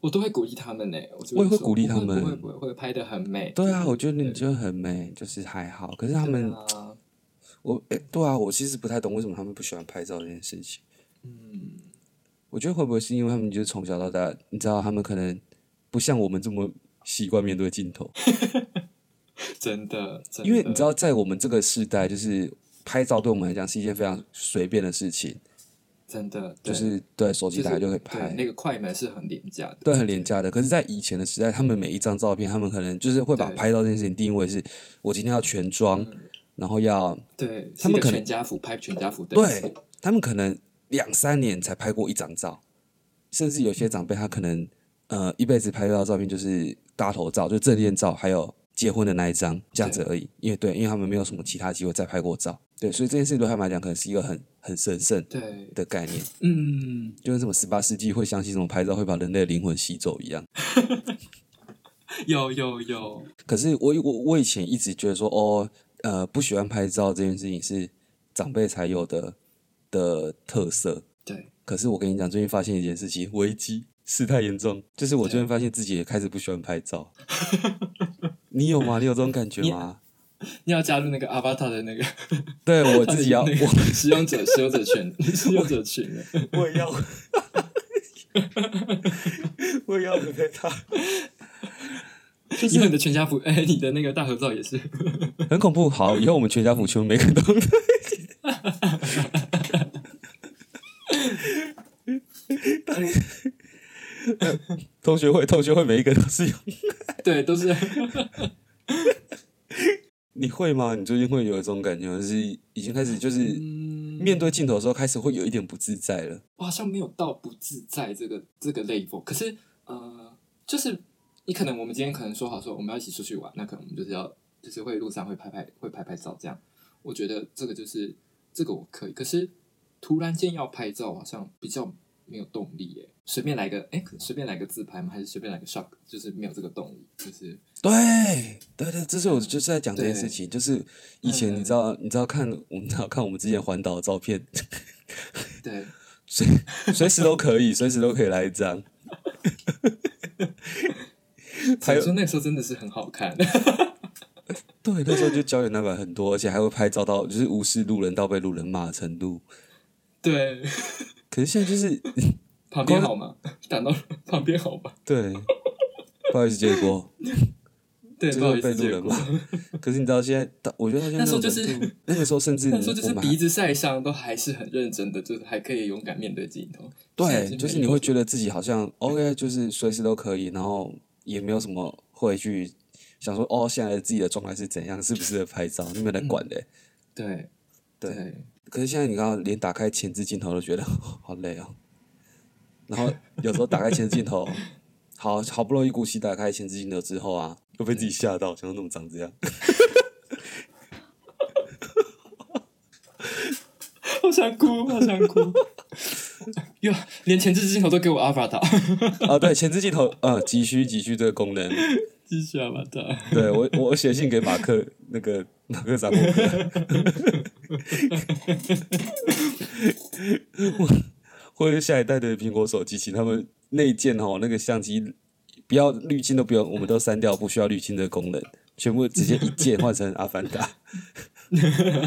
Speaker 2: 我都会鼓励他们呢、我就
Speaker 1: 我也会
Speaker 2: 说
Speaker 1: 鼓励
Speaker 2: 不
Speaker 1: 他们
Speaker 2: 不会不会会拍的很美，
Speaker 1: 对啊，我觉得你就很美，就是还好。可是他
Speaker 2: 他
Speaker 1: 们，
Speaker 2: 啊
Speaker 1: 我诶对啊，我其实不太懂为什么他们不喜欢拍照这件事情。
Speaker 2: 嗯，
Speaker 1: 我觉得会不会是因为他们就是从小到大，你知道，他们可能不像我们这么习惯面对镜头，
Speaker 2: 真的，真的
Speaker 1: 因为你知道，在我们这个时代，就是拍照对我们来讲是一件非常随便的事情，
Speaker 2: 真的对
Speaker 1: 就是对手机
Speaker 2: 就是
Speaker 1: 打开就可以
Speaker 2: 对
Speaker 1: 拍。
Speaker 2: 那个快门是很廉价的，
Speaker 1: 对，很廉价的。可是，在以前的时代，他们每一张照片，他们可能就是会把
Speaker 2: 对
Speaker 1: 拍照这件事情定位是，我今天要全妆，然后要
Speaker 2: 对，
Speaker 1: 他们
Speaker 2: 是一个
Speaker 1: 可能
Speaker 2: 全家福拍全家福的，
Speaker 1: 对他们可能两三年才拍过一张照，甚至有些长辈他可能呃一辈子拍到的照片就是大头照，就证件照，还有结婚的那一张这样子而已。因为对，因为他们没有什么其他机会再拍过照，对，所以这件事情对他们来讲，可能是一个很很神圣
Speaker 2: 对，
Speaker 1: 的概念，
Speaker 2: 嗯，
Speaker 1: 就跟什么十八世纪会相信什么拍照会把人类的灵魂吸走一样。
Speaker 2: 有有有，
Speaker 1: 可是我我我以前一直觉得说，哦，呃，不喜欢拍照这件事情是长辈才有的的特色。
Speaker 2: 对，
Speaker 1: 可是我跟你讲，最近发现一件事情，危机事态严重，就是我最近发现自己也开始不喜欢拍照。 你有吗？你有这种感觉吗？
Speaker 2: 你要加入那个 Avatar 的那个，
Speaker 1: 对我自己要，
Speaker 2: 那个
Speaker 1: 我
Speaker 2: 使用者使用者群，使用者群了，
Speaker 1: 我也要， 他
Speaker 2: 因为你的全家福，哎、你的那个大合照也是，
Speaker 1: 很恐怖。好，以后我们全家福全部每个都 呃同学会，同学会每一个都是有。
Speaker 2: 对，都 是
Speaker 1: 你会吗？你最近会有一种感觉，就是已经开始就是
Speaker 2: 嗯，
Speaker 1: 面对镜头的时候，开始会有一点不自在了。
Speaker 2: 我好像没有到不自在这个这个 level，可是呃，就是你可能我们今天可能说好说我们要一起出去玩，那可能我们就是要就是会路上会拍拍会拍拍照这样，我觉得这个就是这个我可以，可是突然间要拍照好像比较没有动力耶，随便来个哎，可能随便来个自拍吗？还是随便来个 shot，就是没有这个动力，就是
Speaker 1: 对，对对，这是我就是在讲这件事情，就是以前
Speaker 2: 嗯
Speaker 1: 你知道，你知道看我们知道看我们之前环岛的照片，
Speaker 2: 对。
Speaker 1: 随随时都可以，随时都可以来一张。还
Speaker 2: 所以
Speaker 1: 有
Speaker 2: 说那时候真的是很好看，
Speaker 1: 对，那时候就胶原蛋白很多，而且还会拍照到就是无视路人到被路人骂的程度。
Speaker 2: 对，
Speaker 1: 可是现在就是
Speaker 2: 旁边好吗？ 打到旁边好吧？
Speaker 1: 对，不好意思，结果
Speaker 2: 对，
Speaker 1: 就
Speaker 2: 不好
Speaker 1: 是
Speaker 2: 意
Speaker 1: 被
Speaker 2: 思，
Speaker 1: 路
Speaker 2: 结
Speaker 1: 人
Speaker 2: 果
Speaker 1: 骂。可是你知道现在到，我觉得到现在
Speaker 2: 那时候
Speaker 1: 种
Speaker 2: 就是
Speaker 1: 程度那个时候，甚至
Speaker 2: 那时候就是
Speaker 1: 我们还
Speaker 2: 鼻子晒伤，都还是很认真的，就是还可以勇敢面对镜头。现在已
Speaker 1: 对，
Speaker 2: 经
Speaker 1: 就是
Speaker 2: 没
Speaker 1: 你
Speaker 2: 有
Speaker 1: 会觉得自己好像 OK，就是随时都可以，然后也没有什么会去想说哦，现在自己的状态是怎样，是不是在拍照，你没有人管的、
Speaker 2: 对
Speaker 1: 对
Speaker 2: 对
Speaker 1: 可是现在你刚刚连打开前置镜头都觉得 好累哦，然后有时候打开前置镜头，好好不容易鼓起打开前置镜头之后啊，又被自己吓到，想说怎么长这样，
Speaker 2: 好想哭，好想哭。 哟，连前置镜头都给我阿法达，
Speaker 1: 啊，对，前置镜头，呃，急需急需这个功能，
Speaker 2: 继续阿法达。
Speaker 1: 对我我写信给马克那个马克扎伯格，我或者下一代的苹果手机，请他们内建哦那个相机不要滤镜都不用，我们都删掉，不需要滤镜的功能，全部直接一键换成阿凡达。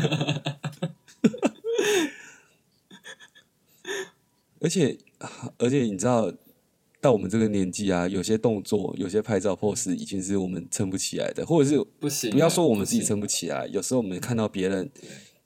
Speaker 1: 而且而且你知道，到我们这个年纪啊，有些动作、有些拍照 pose 已经是我们撑不起来的，或者是
Speaker 2: 不行啊，
Speaker 1: 不要说我们自己
Speaker 2: 不行嗯
Speaker 1: 撑不起来，有时候我们看到别人，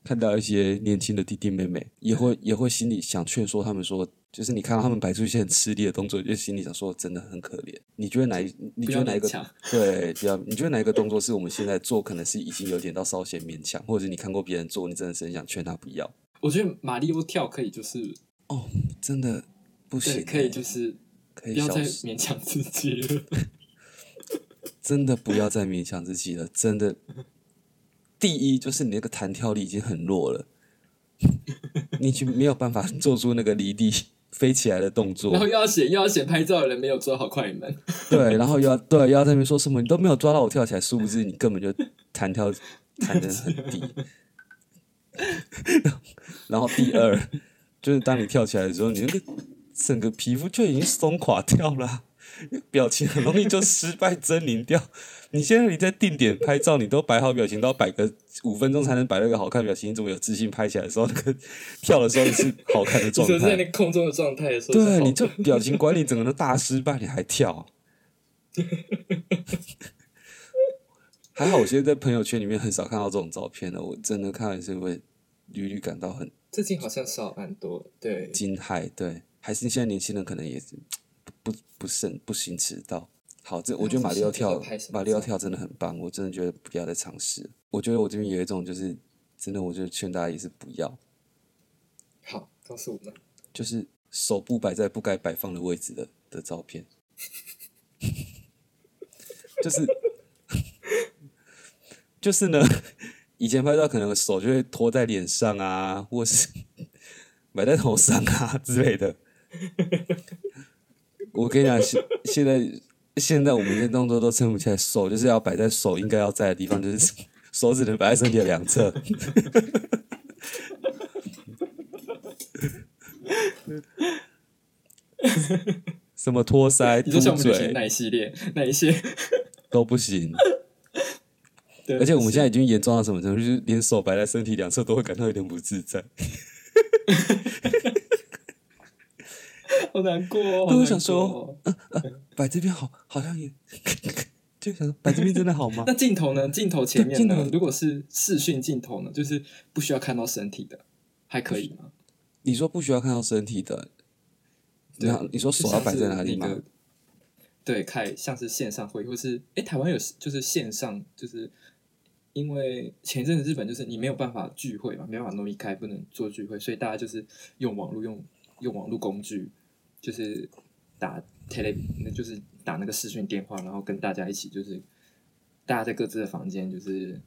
Speaker 1: 看到一些年轻的弟弟妹妹，也会也会心里想劝说他们说，就是你看到他们摆出一些很吃力的动作，就心里想说，真的很可怜。你觉得哪一？你
Speaker 2: 不
Speaker 1: 觉得
Speaker 2: 要
Speaker 1: 哪一
Speaker 2: 勉
Speaker 1: 个？
Speaker 2: 强。
Speaker 1: 对，比较你觉得哪一个动作是我们现在做，可能是已经有点到稍显勉强，或者是你看过别人做，你真的是很想劝他不要，
Speaker 2: 我觉得马里奥跳可以，就是
Speaker 1: 真的不行欸、
Speaker 2: 对，可以就是
Speaker 1: 可
Speaker 2: 不
Speaker 1: 以
Speaker 2: 要
Speaker 1: 消
Speaker 2: 再
Speaker 1: 失，
Speaker 2: 勉强自己了。
Speaker 1: 真的不要再勉强自己了，真的。第一就是你那个弹跳力已经很弱了，你已经没有办法做出那个离地飞起来的动作
Speaker 2: 然。后又要写，又要写拍照的人没有抓好快门，
Speaker 1: 对，然后又要对又要在那边说什么，你都没有抓到我跳起来，殊不知你根本就弹跳弹的很低。然后第二就是当你跳起来的时候，你那个整个皮肤就已经松垮掉了啊，表情很容易就失败狰狞掉。你现在你在定点拍照，你都摆好表情，都要摆个五分钟才能摆到一个好看的表情，你怎么有自信拍起来的时候，那个跳的时候你是好看的
Speaker 2: 就
Speaker 1: 状
Speaker 2: 是在
Speaker 1: 态
Speaker 2: 那？个空中的状态的时候是好的，
Speaker 1: 对，你这表情管理整个都大失败，你还 跳？还好我现在在朋友圈里面很少看到这种照片了，我真的看了是会屡屡感到很
Speaker 2: 最近好像少蛮多，对，
Speaker 1: 惊骇。对，还是现在年轻人可能也是不不不慎不行迟到。好，这我觉得马里奥
Speaker 2: 那
Speaker 1: 跳
Speaker 2: 我是不是要拍什么照
Speaker 1: 马里奥跳真的很棒，我真的觉得不要再尝试了。我觉得我这边有一种就是真的，我就劝大家也是不要，
Speaker 2: 好，告诉我们。
Speaker 1: 就是手部摆在不该摆放的位置的的照片，就是就是呢，以前拍照可能手就会拖在脸上啊，或是摆在头上啊之类的。我跟你讲，现现在现在我们这些动作都撑不起来，手就是要摆在手应该要在的地方，就是手只能摆在身体的两侧。什么托腮、嘟
Speaker 2: 你说像我们旅
Speaker 1: 嘴
Speaker 2: 行，哪一系列，哪一些？
Speaker 1: 都不行。
Speaker 2: 对
Speaker 1: 而且我们现在已经严重到什么程度，就是连手摆在身体两侧都会感到有点不自在。
Speaker 2: 好难过、哦，好难过
Speaker 1: 对我想说
Speaker 2: 哦，
Speaker 1: 呃摆这边好，好像也就想说摆这边真的好吗
Speaker 2: 那？镜头呢？镜头前面
Speaker 1: 对镜
Speaker 2: 呢
Speaker 1: 头？
Speaker 2: 如果是视讯镜头呢，就是不需要看到身体的，还可以吗？
Speaker 1: 你说不需要看到身体的，
Speaker 2: 对
Speaker 1: 然后你说手要摆在哪里
Speaker 2: 就像是
Speaker 1: 吗
Speaker 2: 那个？对，开像是线上会议，或是哎，台湾有就是线上，就是因为前一阵子日本就是你没有办法聚会嘛，没办法弄一开，不能做聚会，所以大家就是用网络用用网络工具，就是打 tele，那就是打那个视讯电话，然后跟大家一起就是大家在各自的房间，就是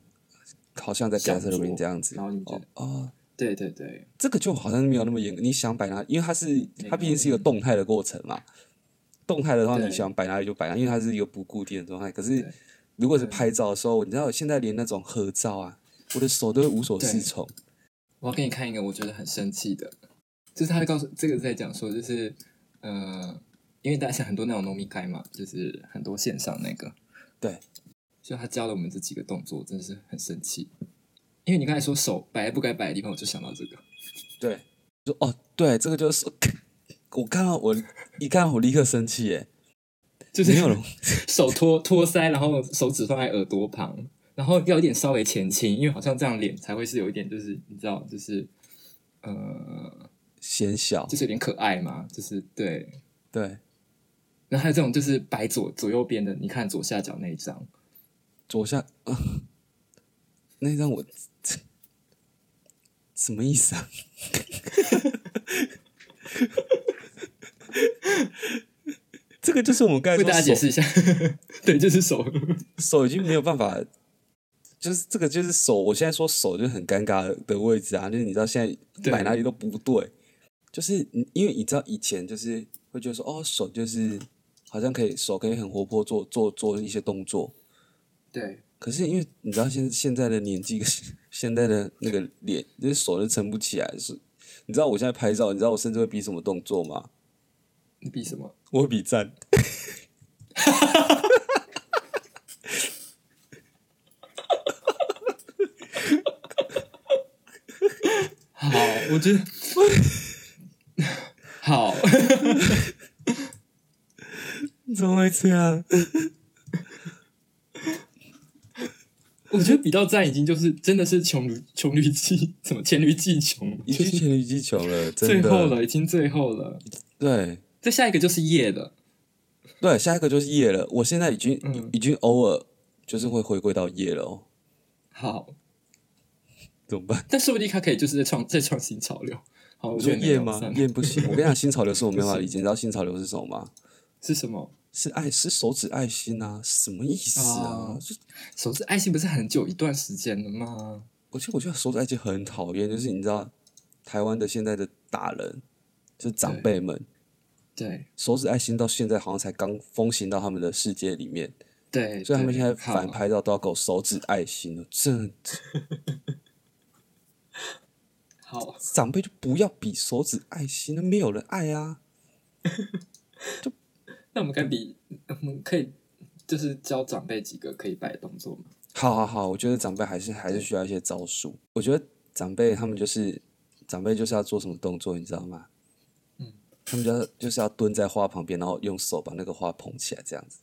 Speaker 1: 好像在 g a
Speaker 2: 小
Speaker 1: t h e r i n
Speaker 2: 桌
Speaker 1: 这样子。
Speaker 2: 然后你就
Speaker 1: 哦哦，
Speaker 2: 对对对，
Speaker 1: 这个就好像没有那么严格。你想摆哪，因为它是它毕竟是一个动态的过程嘛。动态的话，
Speaker 2: 对
Speaker 1: 你想摆哪里就摆哪里，因为它是一个不固定的状态。可是
Speaker 2: 对
Speaker 1: 如果是拍照的时候，你知道现在连那种合照啊，我的手都会无所适从。
Speaker 2: 我要给你看一个我觉得很生气的，就是他告诉这个是在讲说，就是呃，因为大家很多那种农民开嘛，就是很多线上那个，
Speaker 1: 对，
Speaker 2: 就他教了我们这几个动作，真的是很生气。因为你刚才说手摆在不该摆的地方，我就想到这个。
Speaker 1: 对，说哦，对，这个就是 手我看到我一看到我立刻生气耶，
Speaker 2: 就是
Speaker 1: 没有人
Speaker 2: 手托托腮，然后手指放在耳朵旁，然后要有点稍微前倾，因为好像这样脸才会是有一点，就是你知道，就是呃，
Speaker 1: 显小
Speaker 2: 就。是有点可爱嘛，就是对，
Speaker 1: 对，
Speaker 2: 然后还有这种就是摆左左右边的，你看左下角那一张，
Speaker 1: 左下、啊、那张我什么意思啊？ 这个就是我们刚才
Speaker 2: 为
Speaker 1: 说
Speaker 2: 大家解释一下。 对，就是 手，
Speaker 1: 手手已经没有办法，就是这个就是手，我现在说手就很尴尬的位置啊，就是你知道现在
Speaker 2: 对
Speaker 1: 摆哪里都不对，就是你因为你知道以前就是会觉得说哦手就是好像可以手可以很活泼做做做一些动作，
Speaker 2: 对
Speaker 1: 可是因为你知道现现在的年纪跟 现在的那个脸，就是手都撑不起来，是。你知道我现在拍照，你知道我甚至会比什么动作吗？
Speaker 2: 你比什么？
Speaker 1: 我会比赞。
Speaker 2: 好，我觉得 好，
Speaker 1: 你怎么会这 样？
Speaker 2: 我觉得比到赞已经就是真的是穷驴穷驴技，什么黔驴技穷，
Speaker 1: 已
Speaker 2: 就
Speaker 1: 经
Speaker 2: 是
Speaker 1: 黔驴技穷了，嗯真
Speaker 2: 最
Speaker 1: 的。
Speaker 2: 后了，已经最后了。
Speaker 1: 对
Speaker 2: 再下一个就是夜了，
Speaker 1: 对，下一个就是夜了。我现在已经、
Speaker 2: 嗯
Speaker 1: 已经偶尔就是会回归到夜了哦，
Speaker 2: 好，
Speaker 1: 怎么办？
Speaker 2: 但说不定他可以就是在创再创新潮流。好，我
Speaker 1: 你
Speaker 2: 觉
Speaker 1: 说
Speaker 2: 得没
Speaker 1: 夜
Speaker 2: 有
Speaker 1: 吗
Speaker 2: 赞？
Speaker 1: 夜不行。我跟你讲，新潮流是我没办法
Speaker 2: 不行
Speaker 1: 理解。你知道新潮流是什么吗？
Speaker 2: 是什么？
Speaker 1: 是爱，是手指爱心啊？什么意思啊？
Speaker 2: 哦
Speaker 1: 就
Speaker 2: 手指爱心不是很久一段时间了吗？
Speaker 1: 我觉得我觉得手指爱情很讨厌，就是你知道，台湾的现在的大人，就是长辈们，
Speaker 2: 对
Speaker 1: 手指爱心到现在好像才刚风行到他们的世界里面，
Speaker 2: 对，
Speaker 1: 所以他们
Speaker 2: 对
Speaker 1: 现在
Speaker 2: 好
Speaker 1: 反拍照都要搞手指爱心了。这
Speaker 2: 好，
Speaker 1: 长辈就不要比手指爱心，那没有人爱啊！
Speaker 2: 那我们该比，我们可以就是教长辈几个可以摆的动作吗？
Speaker 1: 好好好，我觉得长辈还是还是需要一些招数。我觉得长辈他们就是长辈就是要做什么动作，你知道吗？
Speaker 2: 嗯，
Speaker 1: 他们就是就是要蹲在花旁边，然后用手把那个花捧起来，这样子。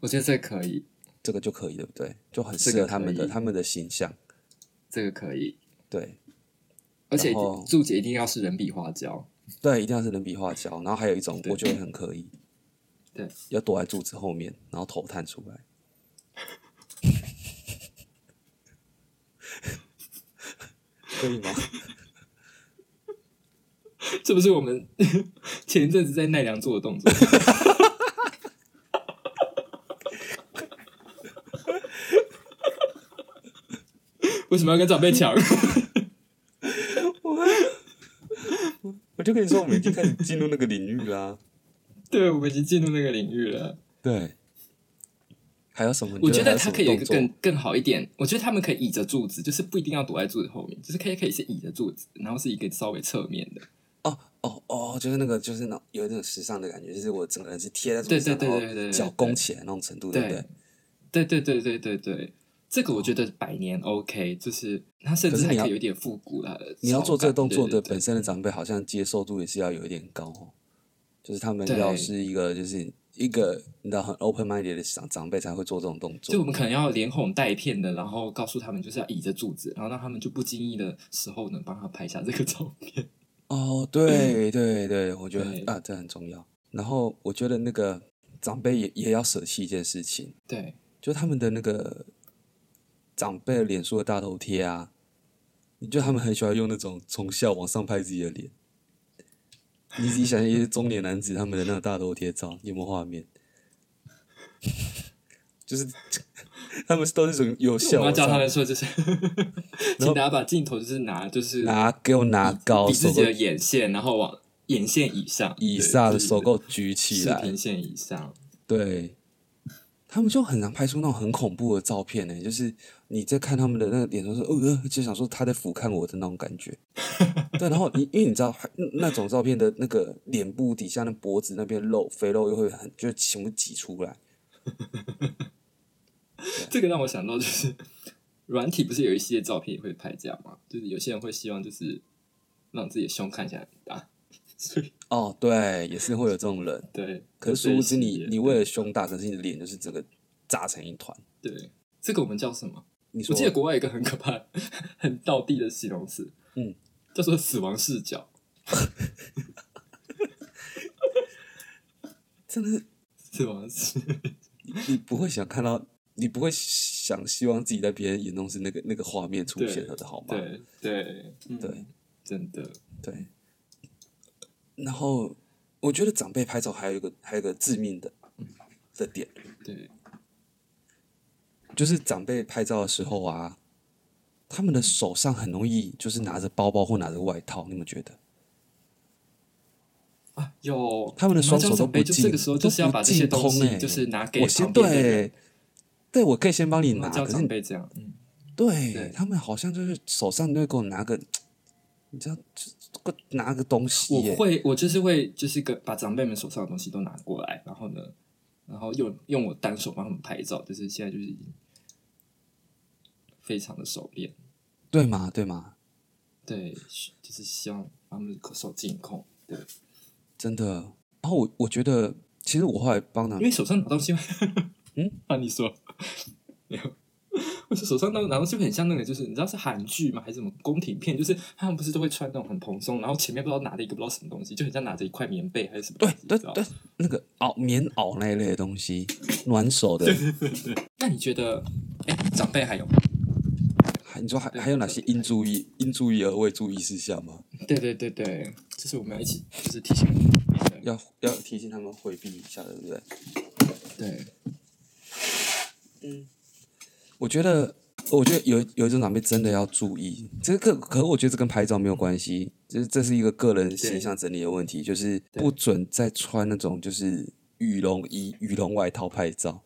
Speaker 2: 我觉得这个可以，
Speaker 1: 这个就可以，对不对？就很
Speaker 2: 这
Speaker 1: 适合
Speaker 2: 个
Speaker 1: 他
Speaker 2: 可
Speaker 1: 们的
Speaker 2: 以
Speaker 1: 他们的形象。
Speaker 2: 这个可以，
Speaker 1: 对
Speaker 2: 而且
Speaker 1: 然后
Speaker 2: 注解一定要是人比花娇。
Speaker 1: 对，一定要是人比花娇。然后还有一种，
Speaker 2: 对
Speaker 1: 我觉得很可以，
Speaker 2: 对，
Speaker 1: 要躲在柱子后面，然后头探出 来。可以吗？
Speaker 2: 这不是我们 前一阵子在奈良做的动作。 为什么要跟长辈抢？
Speaker 1: 我就跟你说，我们已经开始进入那个领域啦、
Speaker 2: 对，我们已经进入那个领域了。
Speaker 1: 对，还有什么？你
Speaker 2: 我觉
Speaker 1: 还
Speaker 2: 得
Speaker 1: 有
Speaker 2: 他
Speaker 1: 什么
Speaker 2: 可以有一个
Speaker 1: 动作
Speaker 2: 更更好一点，我觉得他们可以倚着柱子，就是不一定要躲在柱子后面，就是可以可以是倚着柱子，然后是一个稍微侧面的。
Speaker 1: 哦哦哦，就是那个，就是那有一种时尚的感觉，就是我整个人是贴在桌
Speaker 2: 对
Speaker 1: 子上，
Speaker 2: 对对
Speaker 1: 然后
Speaker 2: 对对对
Speaker 1: 脚
Speaker 2: 对
Speaker 1: 弓起来那种程度，对不对？
Speaker 2: 对对对对对对，这个我觉得百年 OK，就是它甚
Speaker 1: 可
Speaker 2: 至
Speaker 1: 是
Speaker 2: 还
Speaker 1: 你要
Speaker 2: 可以有一点复古啦。
Speaker 1: 你要做这个动作的
Speaker 2: 对对
Speaker 1: 本身的长辈，好像接受度也是要有一点高哦，就是他们
Speaker 2: 对
Speaker 1: 要是一个就是一个你知道很 open minded 的长长辈才会做这种动
Speaker 2: 就
Speaker 1: 作。
Speaker 2: 我们可能要连哄带骗的，然后告诉他们就是要倚着柱子，然后让他们就不经意的时候呢，帮他拍下这个照片。
Speaker 1: 哦，对对对，我觉得很
Speaker 2: 嗯对
Speaker 1: 啊，这很重要。然后我觉得那个长辈也也要舍弃一件事情，
Speaker 2: 对，
Speaker 1: 就他们的那个长辈脸书的大头贴啊，你就他们很喜欢用那种从下往上拍自己的脸。你自己想一些中年男子他们的那个大头贴照，你有没有画面？ 就是他们都是从有
Speaker 2: 我
Speaker 1: 笑
Speaker 2: 们要
Speaker 1: 往
Speaker 2: 教他
Speaker 1: 上
Speaker 2: 们说，就是 请大家把镜头就是拿，就是
Speaker 1: 拿给我拿高
Speaker 2: 比自
Speaker 1: 哦手
Speaker 2: 己
Speaker 1: 够
Speaker 2: 的眼线，然后往眼线以上、
Speaker 1: 以下的手
Speaker 2: 够
Speaker 1: 够举起
Speaker 2: 视
Speaker 1: 来
Speaker 2: 频，线以上。
Speaker 1: 对，他们就很难拍出那种很恐怖的照片呢、就是你在看他们的那个脸的时候，呃，就想说他在俯瞰我的那种感 觉。对，然后你因为你知道那那种照片的那个脸部底下那脖子那边肉肥肉又会很就全部挤出来，
Speaker 2: 这个让我想到就是，软体不是有一系列照片也会拍这样吗？就是有些人会希望就是让自己的胸看起来很大，所以
Speaker 1: 哦，对，也是会有这种人。
Speaker 2: 对。
Speaker 1: 可是殊不知
Speaker 2: 这一系
Speaker 1: 你
Speaker 2: 列
Speaker 1: 你为了胸大，可是你的脸就是整个炸成一团。
Speaker 2: 对这个我们叫什么？
Speaker 1: 你说
Speaker 2: 我记得国外有一个很可怕、 很道地的形容词，
Speaker 1: 嗯，
Speaker 2: 叫做“死亡视角
Speaker 1: 真的是”。
Speaker 2: 死亡视，
Speaker 1: 你不会想看到，你不会想希望自己在别人眼中是那个那个画面出现的，好吗？
Speaker 2: 对对、嗯
Speaker 1: 对，
Speaker 2: 真的
Speaker 1: 对然后我觉得长辈拍照还有一个还有一个致命的的点，
Speaker 2: 对
Speaker 1: 就是长辈拍照的时候啊，他们的手上很容易就是拿着包包或拿着外套，你们觉得？
Speaker 2: 啊，有
Speaker 1: 他们的
Speaker 2: 我
Speaker 1: 双
Speaker 2: 这
Speaker 1: 手
Speaker 2: 种
Speaker 1: 都
Speaker 2: 长辈
Speaker 1: 不
Speaker 2: 就
Speaker 1: 进，
Speaker 2: 这个时候
Speaker 1: 都
Speaker 2: 就是要
Speaker 1: 不
Speaker 2: 把这些
Speaker 1: 进
Speaker 2: 东
Speaker 1: 空欸
Speaker 2: 西就是拿给
Speaker 1: 我先
Speaker 2: 旁边的人，
Speaker 1: 对，对我可以先帮你
Speaker 2: 我
Speaker 1: 拿，
Speaker 2: 们叫
Speaker 1: 可是
Speaker 2: 长
Speaker 1: 你
Speaker 2: 辈这样，嗯，
Speaker 1: 对
Speaker 2: 对
Speaker 1: 他们好像就是手上都会给我拿个，你知道，这这个拿个东西
Speaker 2: 我
Speaker 1: 耶，
Speaker 2: 会我就是会就是个把长辈们手上的东西都拿过来，然后呢，然后用用我单手帮他们拍照，就是现在就是已经非常的熟练。
Speaker 1: 对吗？对吗？
Speaker 2: 对，就是希望把他们的手尽控。对，
Speaker 1: 真的。然后我我觉得，其实我后来帮他
Speaker 2: 因，为手上拿东西会，
Speaker 1: 嗯，
Speaker 2: 啊，你说，没有，我说手上那拿东西会很像那个，就是你知道是韩剧吗？还是什么宫廷片？就是他们不是都会穿那种很蓬松，然后前面不知道拿了一个不知道什么东西，就很像拿着一块棉被还是什么东
Speaker 1: 对
Speaker 2: 西。
Speaker 1: 对
Speaker 2: 你知道
Speaker 1: 对，那个袄棉袄那一类的东西，暖手的。
Speaker 2: 那你觉得，哎，长辈还有？
Speaker 1: 还 你说还
Speaker 2: 对
Speaker 1: 还有哪些应注意、应注意而未注意事项吗？
Speaker 2: 对对对对，就是我们要一起，就是提醒你们。
Speaker 1: 要要提醒他们回避一下，对不对？
Speaker 2: 对，
Speaker 1: 我觉得，我觉得有有一种长辈真的要注意，这个可我觉得这跟拍照没有关系，就是这是一个个人形象整理的问题，就是
Speaker 2: 对
Speaker 1: 不准再穿那种就是羽绒衣、羽绒外套拍照。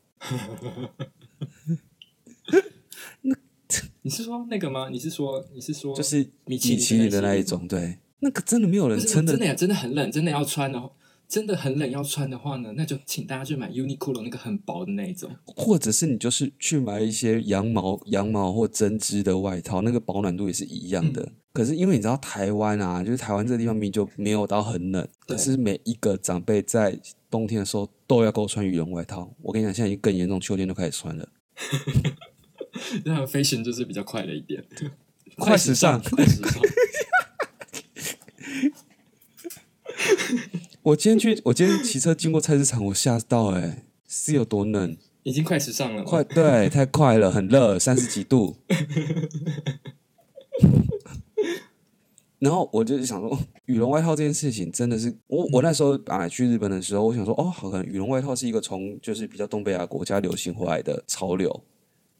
Speaker 2: 你是说那个吗？你是说你是说
Speaker 1: 就是
Speaker 2: 米其
Speaker 1: 米
Speaker 2: 林
Speaker 1: 其林的那一种，对，那个真的没有人
Speaker 2: 不是
Speaker 1: 撑
Speaker 2: 真
Speaker 1: 的
Speaker 2: 的呀，真的很冷，真的要穿的话，真的很冷要穿的话呢，那就请大家去买 Uniqlo 那个很薄的那一种。
Speaker 1: 或者是你就是去买一些羊毛、羊毛或针织的外套，那个保暖度也是一样的。可是因为你知道台湾啊，就是台湾这个地方明明就没有到很冷，
Speaker 2: 对
Speaker 1: 可是每一个长辈在冬天的时候都要给我穿羽绒外套。我跟你讲，现在已经更严重，秋天都开始穿了。
Speaker 2: 那 fashion 就是比较快了一点，
Speaker 1: 快时尚
Speaker 2: 快时尚。
Speaker 1: 我今天去，我今天骑车经过菜市场，我吓到哎、是有多冷？
Speaker 2: 已经快时尚了嘛，
Speaker 1: 快对，太快了，很热，三十几度。然后我就想说，羽绒外套这件事情真的是，我我那时候啊去日本的时候，我想说，哦，好，可能羽绒外套是一个从就是比较东北亚国家流行回来的潮流。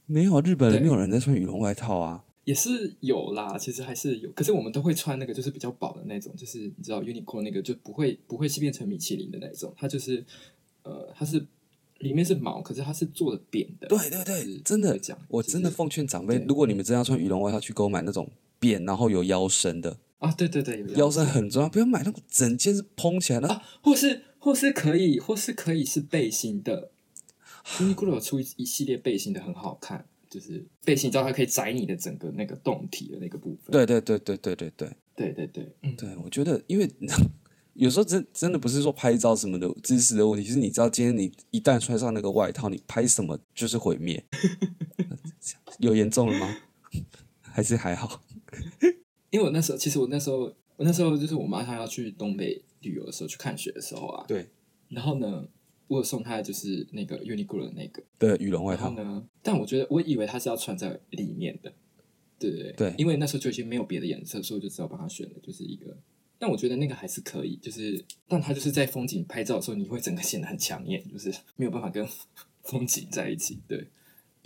Speaker 1: 没有，啊，日本人
Speaker 2: 对
Speaker 1: 没有人在穿羽绒外套啊。
Speaker 2: 也是有啦，其实还是有，可是我们都会穿那个就是比较薄的那种，就是你知道 Uniqlo 那个就不会不会是变成米其林的那一种，它就是呃它是里面是毛，可是它是做的扁的。
Speaker 1: 对对对，真的
Speaker 2: 讲，
Speaker 1: 我真的
Speaker 2: 就是
Speaker 1: 奉劝长辈
Speaker 2: 对，
Speaker 1: 如果你们真的要穿羽绒外套，去购买那种扁然后有腰身的，
Speaker 2: 啊，对对对，有
Speaker 1: 腰身很重要，不要买那种整件是蓬起来的。
Speaker 2: 啊，或是或是可以，或是可以是背心的。Uniqlo 有出一一系列背心的，很好看，就是背心，你知道它可以窄你的整个那个胴体的那个部分。
Speaker 1: 对对对对对对对。
Speaker 2: 对对对，嗯，
Speaker 1: 对，我觉得，因为有时候真真的不是说拍照什么的姿势的问题，是你知道今天你一旦穿上那个外套，你拍什么就是毁 灭。 有严重了吗？ 还是还好？
Speaker 2: 因为我那时候，其实我那时候，我那时候就是我妈她要去东北旅游的时候，去看雪的时候啊，
Speaker 1: 对
Speaker 2: 然后呢，我有送她的就是那个 Uniqlo 的那个，
Speaker 1: 的羽绒外
Speaker 2: 然后
Speaker 1: 套，
Speaker 2: 呢，但我觉得我以为她是要穿在里面的，对对
Speaker 1: 对
Speaker 2: 因为那时候就已经没有别的颜色，所以我就只好帮她选了，就是一个。但我觉得那个还是可以，就是，但它就是在风景拍照的时候，你会整个显得很抢眼，就是没有办法跟 风景在一起。对，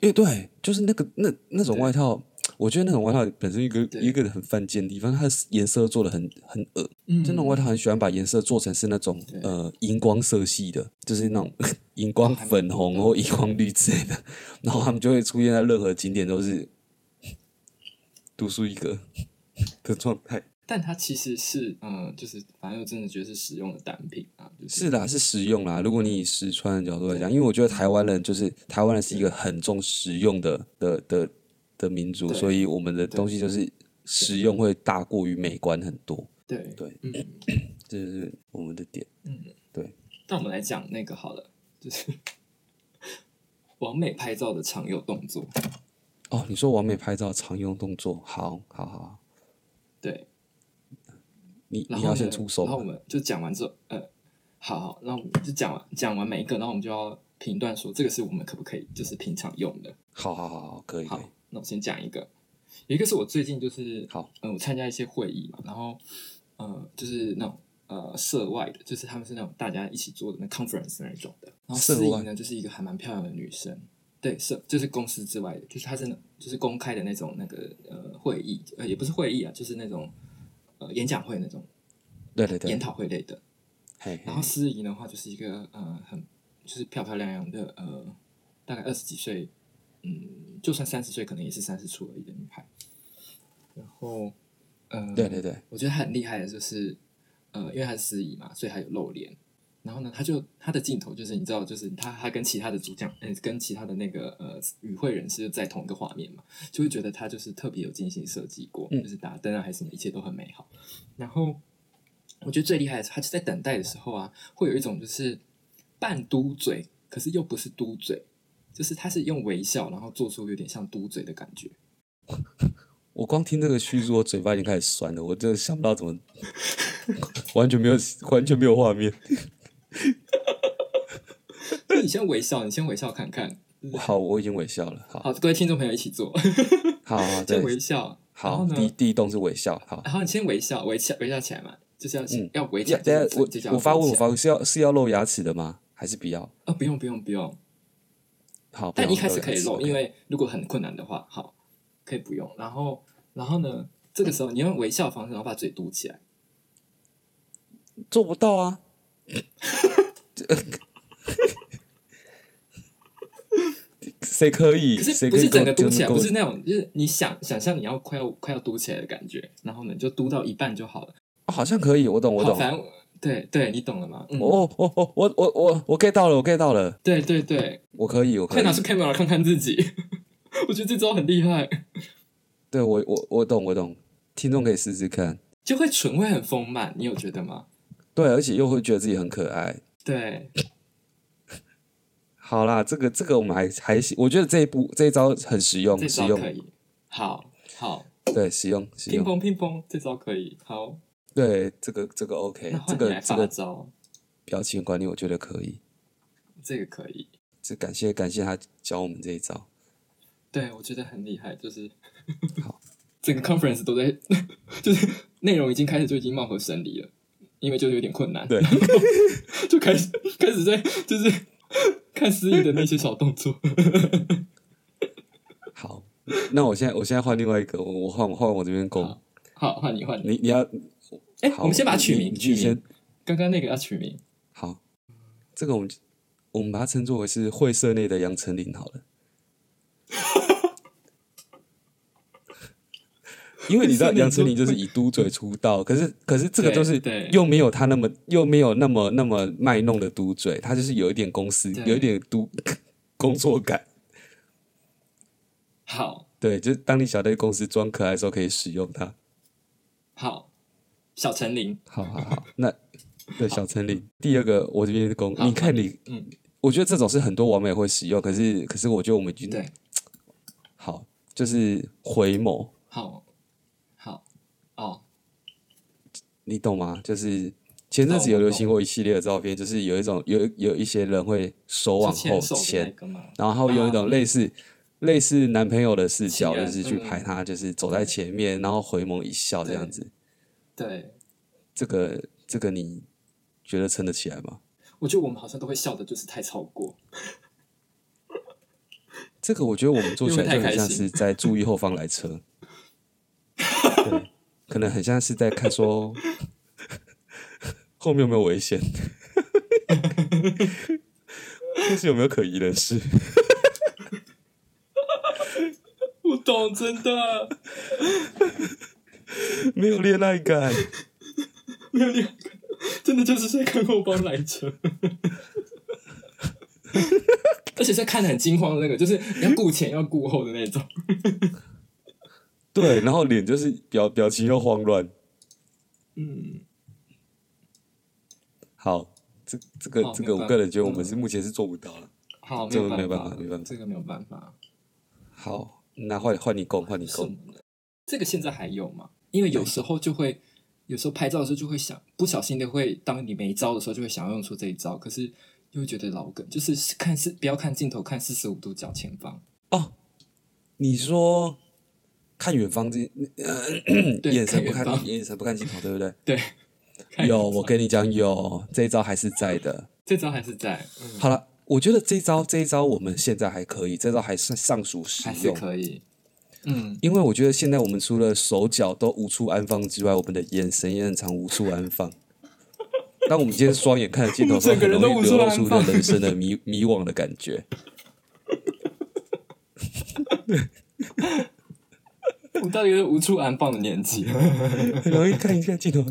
Speaker 1: 因为对，就是那个那那种
Speaker 2: 对
Speaker 1: 外套，我觉得那种外套本身一个
Speaker 2: 对
Speaker 1: 一个很犯贱的地方，它的颜色做的很很恶
Speaker 2: 嗯
Speaker 1: 就那种外套很喜欢把颜色做成是那种
Speaker 2: 对
Speaker 1: 呃荧光色系的，就是 那种荧光粉红或荧光绿之类的，然后他们就会出现在任何景点都是独树一格 的状态。
Speaker 2: 但它其实是，嗯，就是反正我真的觉得是实用的单品啊，就是
Speaker 1: 是啦，是实用啦。如果你以实穿的角度来讲，因为我觉得台湾人就是台湾人是一个很重实用的的的的民族，
Speaker 2: 对
Speaker 1: 所以我们的东西就是实用会大过于美观很多，
Speaker 2: 对
Speaker 1: 对，
Speaker 2: 嗯。
Speaker 1: 这就是我们的点。
Speaker 2: 那我们来讲那个好了，就是 完美拍照的常有动作。
Speaker 1: 哦，你说完美拍照常用动作，好好好好。
Speaker 2: 对，
Speaker 1: 你
Speaker 2: 然
Speaker 1: 你
Speaker 2: 后
Speaker 1: 要
Speaker 2: 呢
Speaker 1: 先出手
Speaker 2: 然后
Speaker 1: 吗
Speaker 2: 我，们就讲完之后，呃，好好，那我们就讲完讲完每一个，然后我们就要评断说这个是我们可不可以就是平常用的。
Speaker 1: 好好好好，可以可以
Speaker 2: 好，，那我先讲一个，有一个是我最近就是
Speaker 1: 好，
Speaker 2: 呃，我参加一些会议嘛，然后呃，就是那种呃涉外的，就是他们是那种大家一起做的那 conference 那一种的。然后
Speaker 1: 涉
Speaker 2: 司仪
Speaker 1: 外
Speaker 2: 呢，就是一个还蛮漂亮的女生，对，社就是公司之外的，就是她是那就是公开的那种那个呃会议，呃也不是会议啊，就是那种呃演讲会那种
Speaker 1: 对对
Speaker 2: 研
Speaker 1: 对，
Speaker 2: 讨会类的。
Speaker 1: 嘿，
Speaker 2: 然后司仪的话就是一个呃很就是漂漂亮亮的呃大概二十几岁，嗯，就算三十岁可能也是三十出而已的女孩。然后呃，
Speaker 1: 对对对，
Speaker 2: 我觉得她很厉害的就是呃，因为她是司仪嘛，所以她有露脸。然后呢，她就她的镜头就是你知道，就是她她跟其他的主讲，嗯、跟其他的那个呃与会人士就在同一个画面嘛，就会觉得她就是特别有精心设计过，
Speaker 1: 嗯
Speaker 2: 就是打灯啊还是什么，一切都很美好。然后我觉得最厉害的是，他就在等待的时候啊，会有一种就是半嘟嘴，可是又不是嘟嘴，就是他是用微笑，然后做出有点像嘟嘴的感觉。
Speaker 1: 我光听这个叙述，我嘴巴已经开始酸了，我真的想不到怎么， 完全没有完全没有画面。
Speaker 2: 那你先微笑，你先微笑看看。
Speaker 1: 好，我已经微笑了，好
Speaker 2: 好，各位听众朋友一起做，
Speaker 1: 好好
Speaker 2: 先微
Speaker 1: 对，
Speaker 2: 笑。然
Speaker 1: 好，
Speaker 2: 后
Speaker 1: 第一
Speaker 2: 呢？
Speaker 1: 第一动是微笑，好。
Speaker 2: 然后你先微笑，微笑，微笑起来嘛，就是要、
Speaker 1: 嗯
Speaker 2: 要围起
Speaker 1: 呀
Speaker 2: 来。
Speaker 1: 等一
Speaker 2: 就
Speaker 1: 下
Speaker 2: 是就叫
Speaker 1: 我我发问，我发
Speaker 2: 啊、
Speaker 1: 问是要是要露牙齿的吗？还是不要？
Speaker 2: 哦，不用不用不用，
Speaker 1: 好，
Speaker 2: 但
Speaker 1: 不
Speaker 2: 一
Speaker 1: 要
Speaker 2: 开始可以
Speaker 1: 牙齿
Speaker 2: 露，
Speaker 1: ，OK
Speaker 2: 因为如果很困难的话，好，可以不用。然后然后呢？这个时候你用微笑的方式，然后把嘴嘟起来。
Speaker 1: 做不到啊。 谁可以？
Speaker 2: 可
Speaker 1: 谁
Speaker 2: 是
Speaker 1: 可
Speaker 2: 不
Speaker 1: 以
Speaker 2: 是整
Speaker 1: 够
Speaker 2: 个嘟起来，
Speaker 1: 够
Speaker 2: 不是那种，就是你想想象你要快要快要嘟起来的感觉，然后呢你就嘟到一半就好了。
Speaker 1: 哦好像可以，我懂，我
Speaker 2: 好，
Speaker 1: 懂。
Speaker 2: 反正对对，你懂了吗？嗯，
Speaker 1: 哦哦哦，我我我我 get 到了，我 get 到了，
Speaker 2: 对对对，
Speaker 1: 我可以，我可
Speaker 2: 快
Speaker 1: 以
Speaker 2: 拿。出 camera 看看自己， 我觉得这招很厉害，
Speaker 1: 对我我我懂，我懂。听众可以试试看，
Speaker 2: 就会唇会很丰满，你有觉得吗？
Speaker 1: 对，而且又会觉得自己很可爱。
Speaker 2: 对，
Speaker 1: 好啦，这个这个我们还还行，我觉得这一步这一招很实用，
Speaker 2: 这
Speaker 1: 实
Speaker 2: 招
Speaker 1: 用
Speaker 2: 可，以，好好，
Speaker 1: 对，实用实
Speaker 2: 乒
Speaker 1: 用，
Speaker 2: 乓乒乓，这招可以，好，
Speaker 1: 对，这个这个 OK，
Speaker 2: 那
Speaker 1: 哎
Speaker 2: 换
Speaker 1: 这
Speaker 2: 你
Speaker 1: 个
Speaker 2: 来
Speaker 1: 这
Speaker 2: 发
Speaker 1: 个
Speaker 2: 招，
Speaker 1: 表情管理我觉得可以，
Speaker 2: 这个可以，
Speaker 1: 这感谢感谢他教我们这一招。
Speaker 2: 对我觉得很厉害，就是
Speaker 1: 好，
Speaker 2: 整个 conference 都在， 就是内容已经开始就已经貌合神离了，因为就有点困难，
Speaker 1: 对，
Speaker 2: 就开始开始在就是 看思怡的那些小动作。
Speaker 1: 好，那我现在我现在换另外一个，我我换我换我这边攻
Speaker 2: 好，好，换你换你。
Speaker 1: 你你要，
Speaker 2: 哎、
Speaker 1: 好
Speaker 2: 我们先把它取
Speaker 1: 你
Speaker 2: 名，
Speaker 1: 你
Speaker 2: 取
Speaker 1: 你先
Speaker 2: 名。刚刚那个要取名，
Speaker 1: 好，这个我们我们把它称作为是会社内的杨丞琳好了，因为你知道
Speaker 2: 会社内
Speaker 1: 杨丞琳就是以嘟嘴出道，可是可是这个
Speaker 2: 对
Speaker 1: 就是
Speaker 2: 对
Speaker 1: 又没有他那么又没有那么那么卖弄的嘟嘴，他就是有一点公司
Speaker 2: 对
Speaker 1: 有一点嘟 工作感，
Speaker 2: 好
Speaker 1: 对，就是当你想在公司装可爱的时候可以使用它。
Speaker 2: 好小陈林，
Speaker 1: 好好好，那对，小陈林。第二个，我这边公，
Speaker 2: 好
Speaker 1: 你看你，
Speaker 2: 嗯，
Speaker 1: 我觉得这种是很多网美会使用，可是可是我觉得我们已经
Speaker 2: 对，
Speaker 1: 好，就是回眸，
Speaker 2: 好，好，哦，
Speaker 1: 你懂吗？就是前阵子
Speaker 2: 懂
Speaker 1: 有
Speaker 2: 我
Speaker 1: 流
Speaker 2: 懂
Speaker 1: 行过一系列的照片，就是有一种有有一些人会手往
Speaker 2: 是
Speaker 1: 后
Speaker 2: 牵手的那
Speaker 1: 牵，
Speaker 2: 个吗？
Speaker 1: 然后用一种类似、类似男朋友的视角，
Speaker 2: 情
Speaker 1: 就
Speaker 2: 人嗯
Speaker 1: 是去拍他，就是走在前面，然后回眸一笑这样子。
Speaker 2: 对，
Speaker 1: 这个这个你觉得撑得起来吗？
Speaker 2: 我觉得我们好像都会笑的，就是太超过。
Speaker 1: 这个我觉得我们做起来就很像是在注意后方来 车，对，可能很像是在看说后面有没有危险，或是有没有可疑人士。
Speaker 2: 我懂，真的
Speaker 1: 没有恋爱感，
Speaker 2: 没有两个，真的就是在看后方来车。 而且是看的很惊慌的那个，就是要顾前要顾后的那种。
Speaker 1: 对，然后脸就是表表情又慌乱。
Speaker 2: 嗯，
Speaker 1: 好，这这个
Speaker 2: 好嗯
Speaker 1: 这个，
Speaker 2: 没
Speaker 1: 我
Speaker 2: 办法
Speaker 1: 个人觉得我们是目前是做不到了。
Speaker 2: 好，
Speaker 1: 这个
Speaker 2: 没有
Speaker 1: 没有办法没办法
Speaker 2: 这个没有办法。
Speaker 1: 好，那换换你攻，换你
Speaker 2: 什
Speaker 1: 攻。
Speaker 2: 么的？这个现在还有吗？因为有时候就会，有时候拍照的时候就会想，不小心的会，当你没招的时候，就会想要用出这一招，可是又会觉得老梗，就是看是不要看镜头，看四十五度角前方。
Speaker 1: 你说看远方这，呃，
Speaker 2: 对
Speaker 1: 眼神不看
Speaker 2: 看远方
Speaker 1: 眼神不看镜头，对不对？
Speaker 2: 对，看
Speaker 1: 有，我跟你讲，有这一招还是在的。
Speaker 2: 这招还是在，嗯，
Speaker 1: 好了，我觉得这一招这一招我们现在还可以，这招还算尚属实
Speaker 2: 还是
Speaker 1: 用。
Speaker 2: 可以。嗯，
Speaker 1: 因为我觉得现在我们除了手脚都无处安放之外，我们的眼神也很常无处安放。当我们今天双眼看着镜头的时候，
Speaker 2: 我
Speaker 1: 很
Speaker 2: 们整个人
Speaker 1: 容易
Speaker 2: 都无处
Speaker 1: 流露
Speaker 2: 安
Speaker 1: 出
Speaker 2: 放
Speaker 1: 那人生的迷迷惘的感觉。
Speaker 2: 我到底是无处安放的年纪，啊
Speaker 1: 很容易看一下镜头。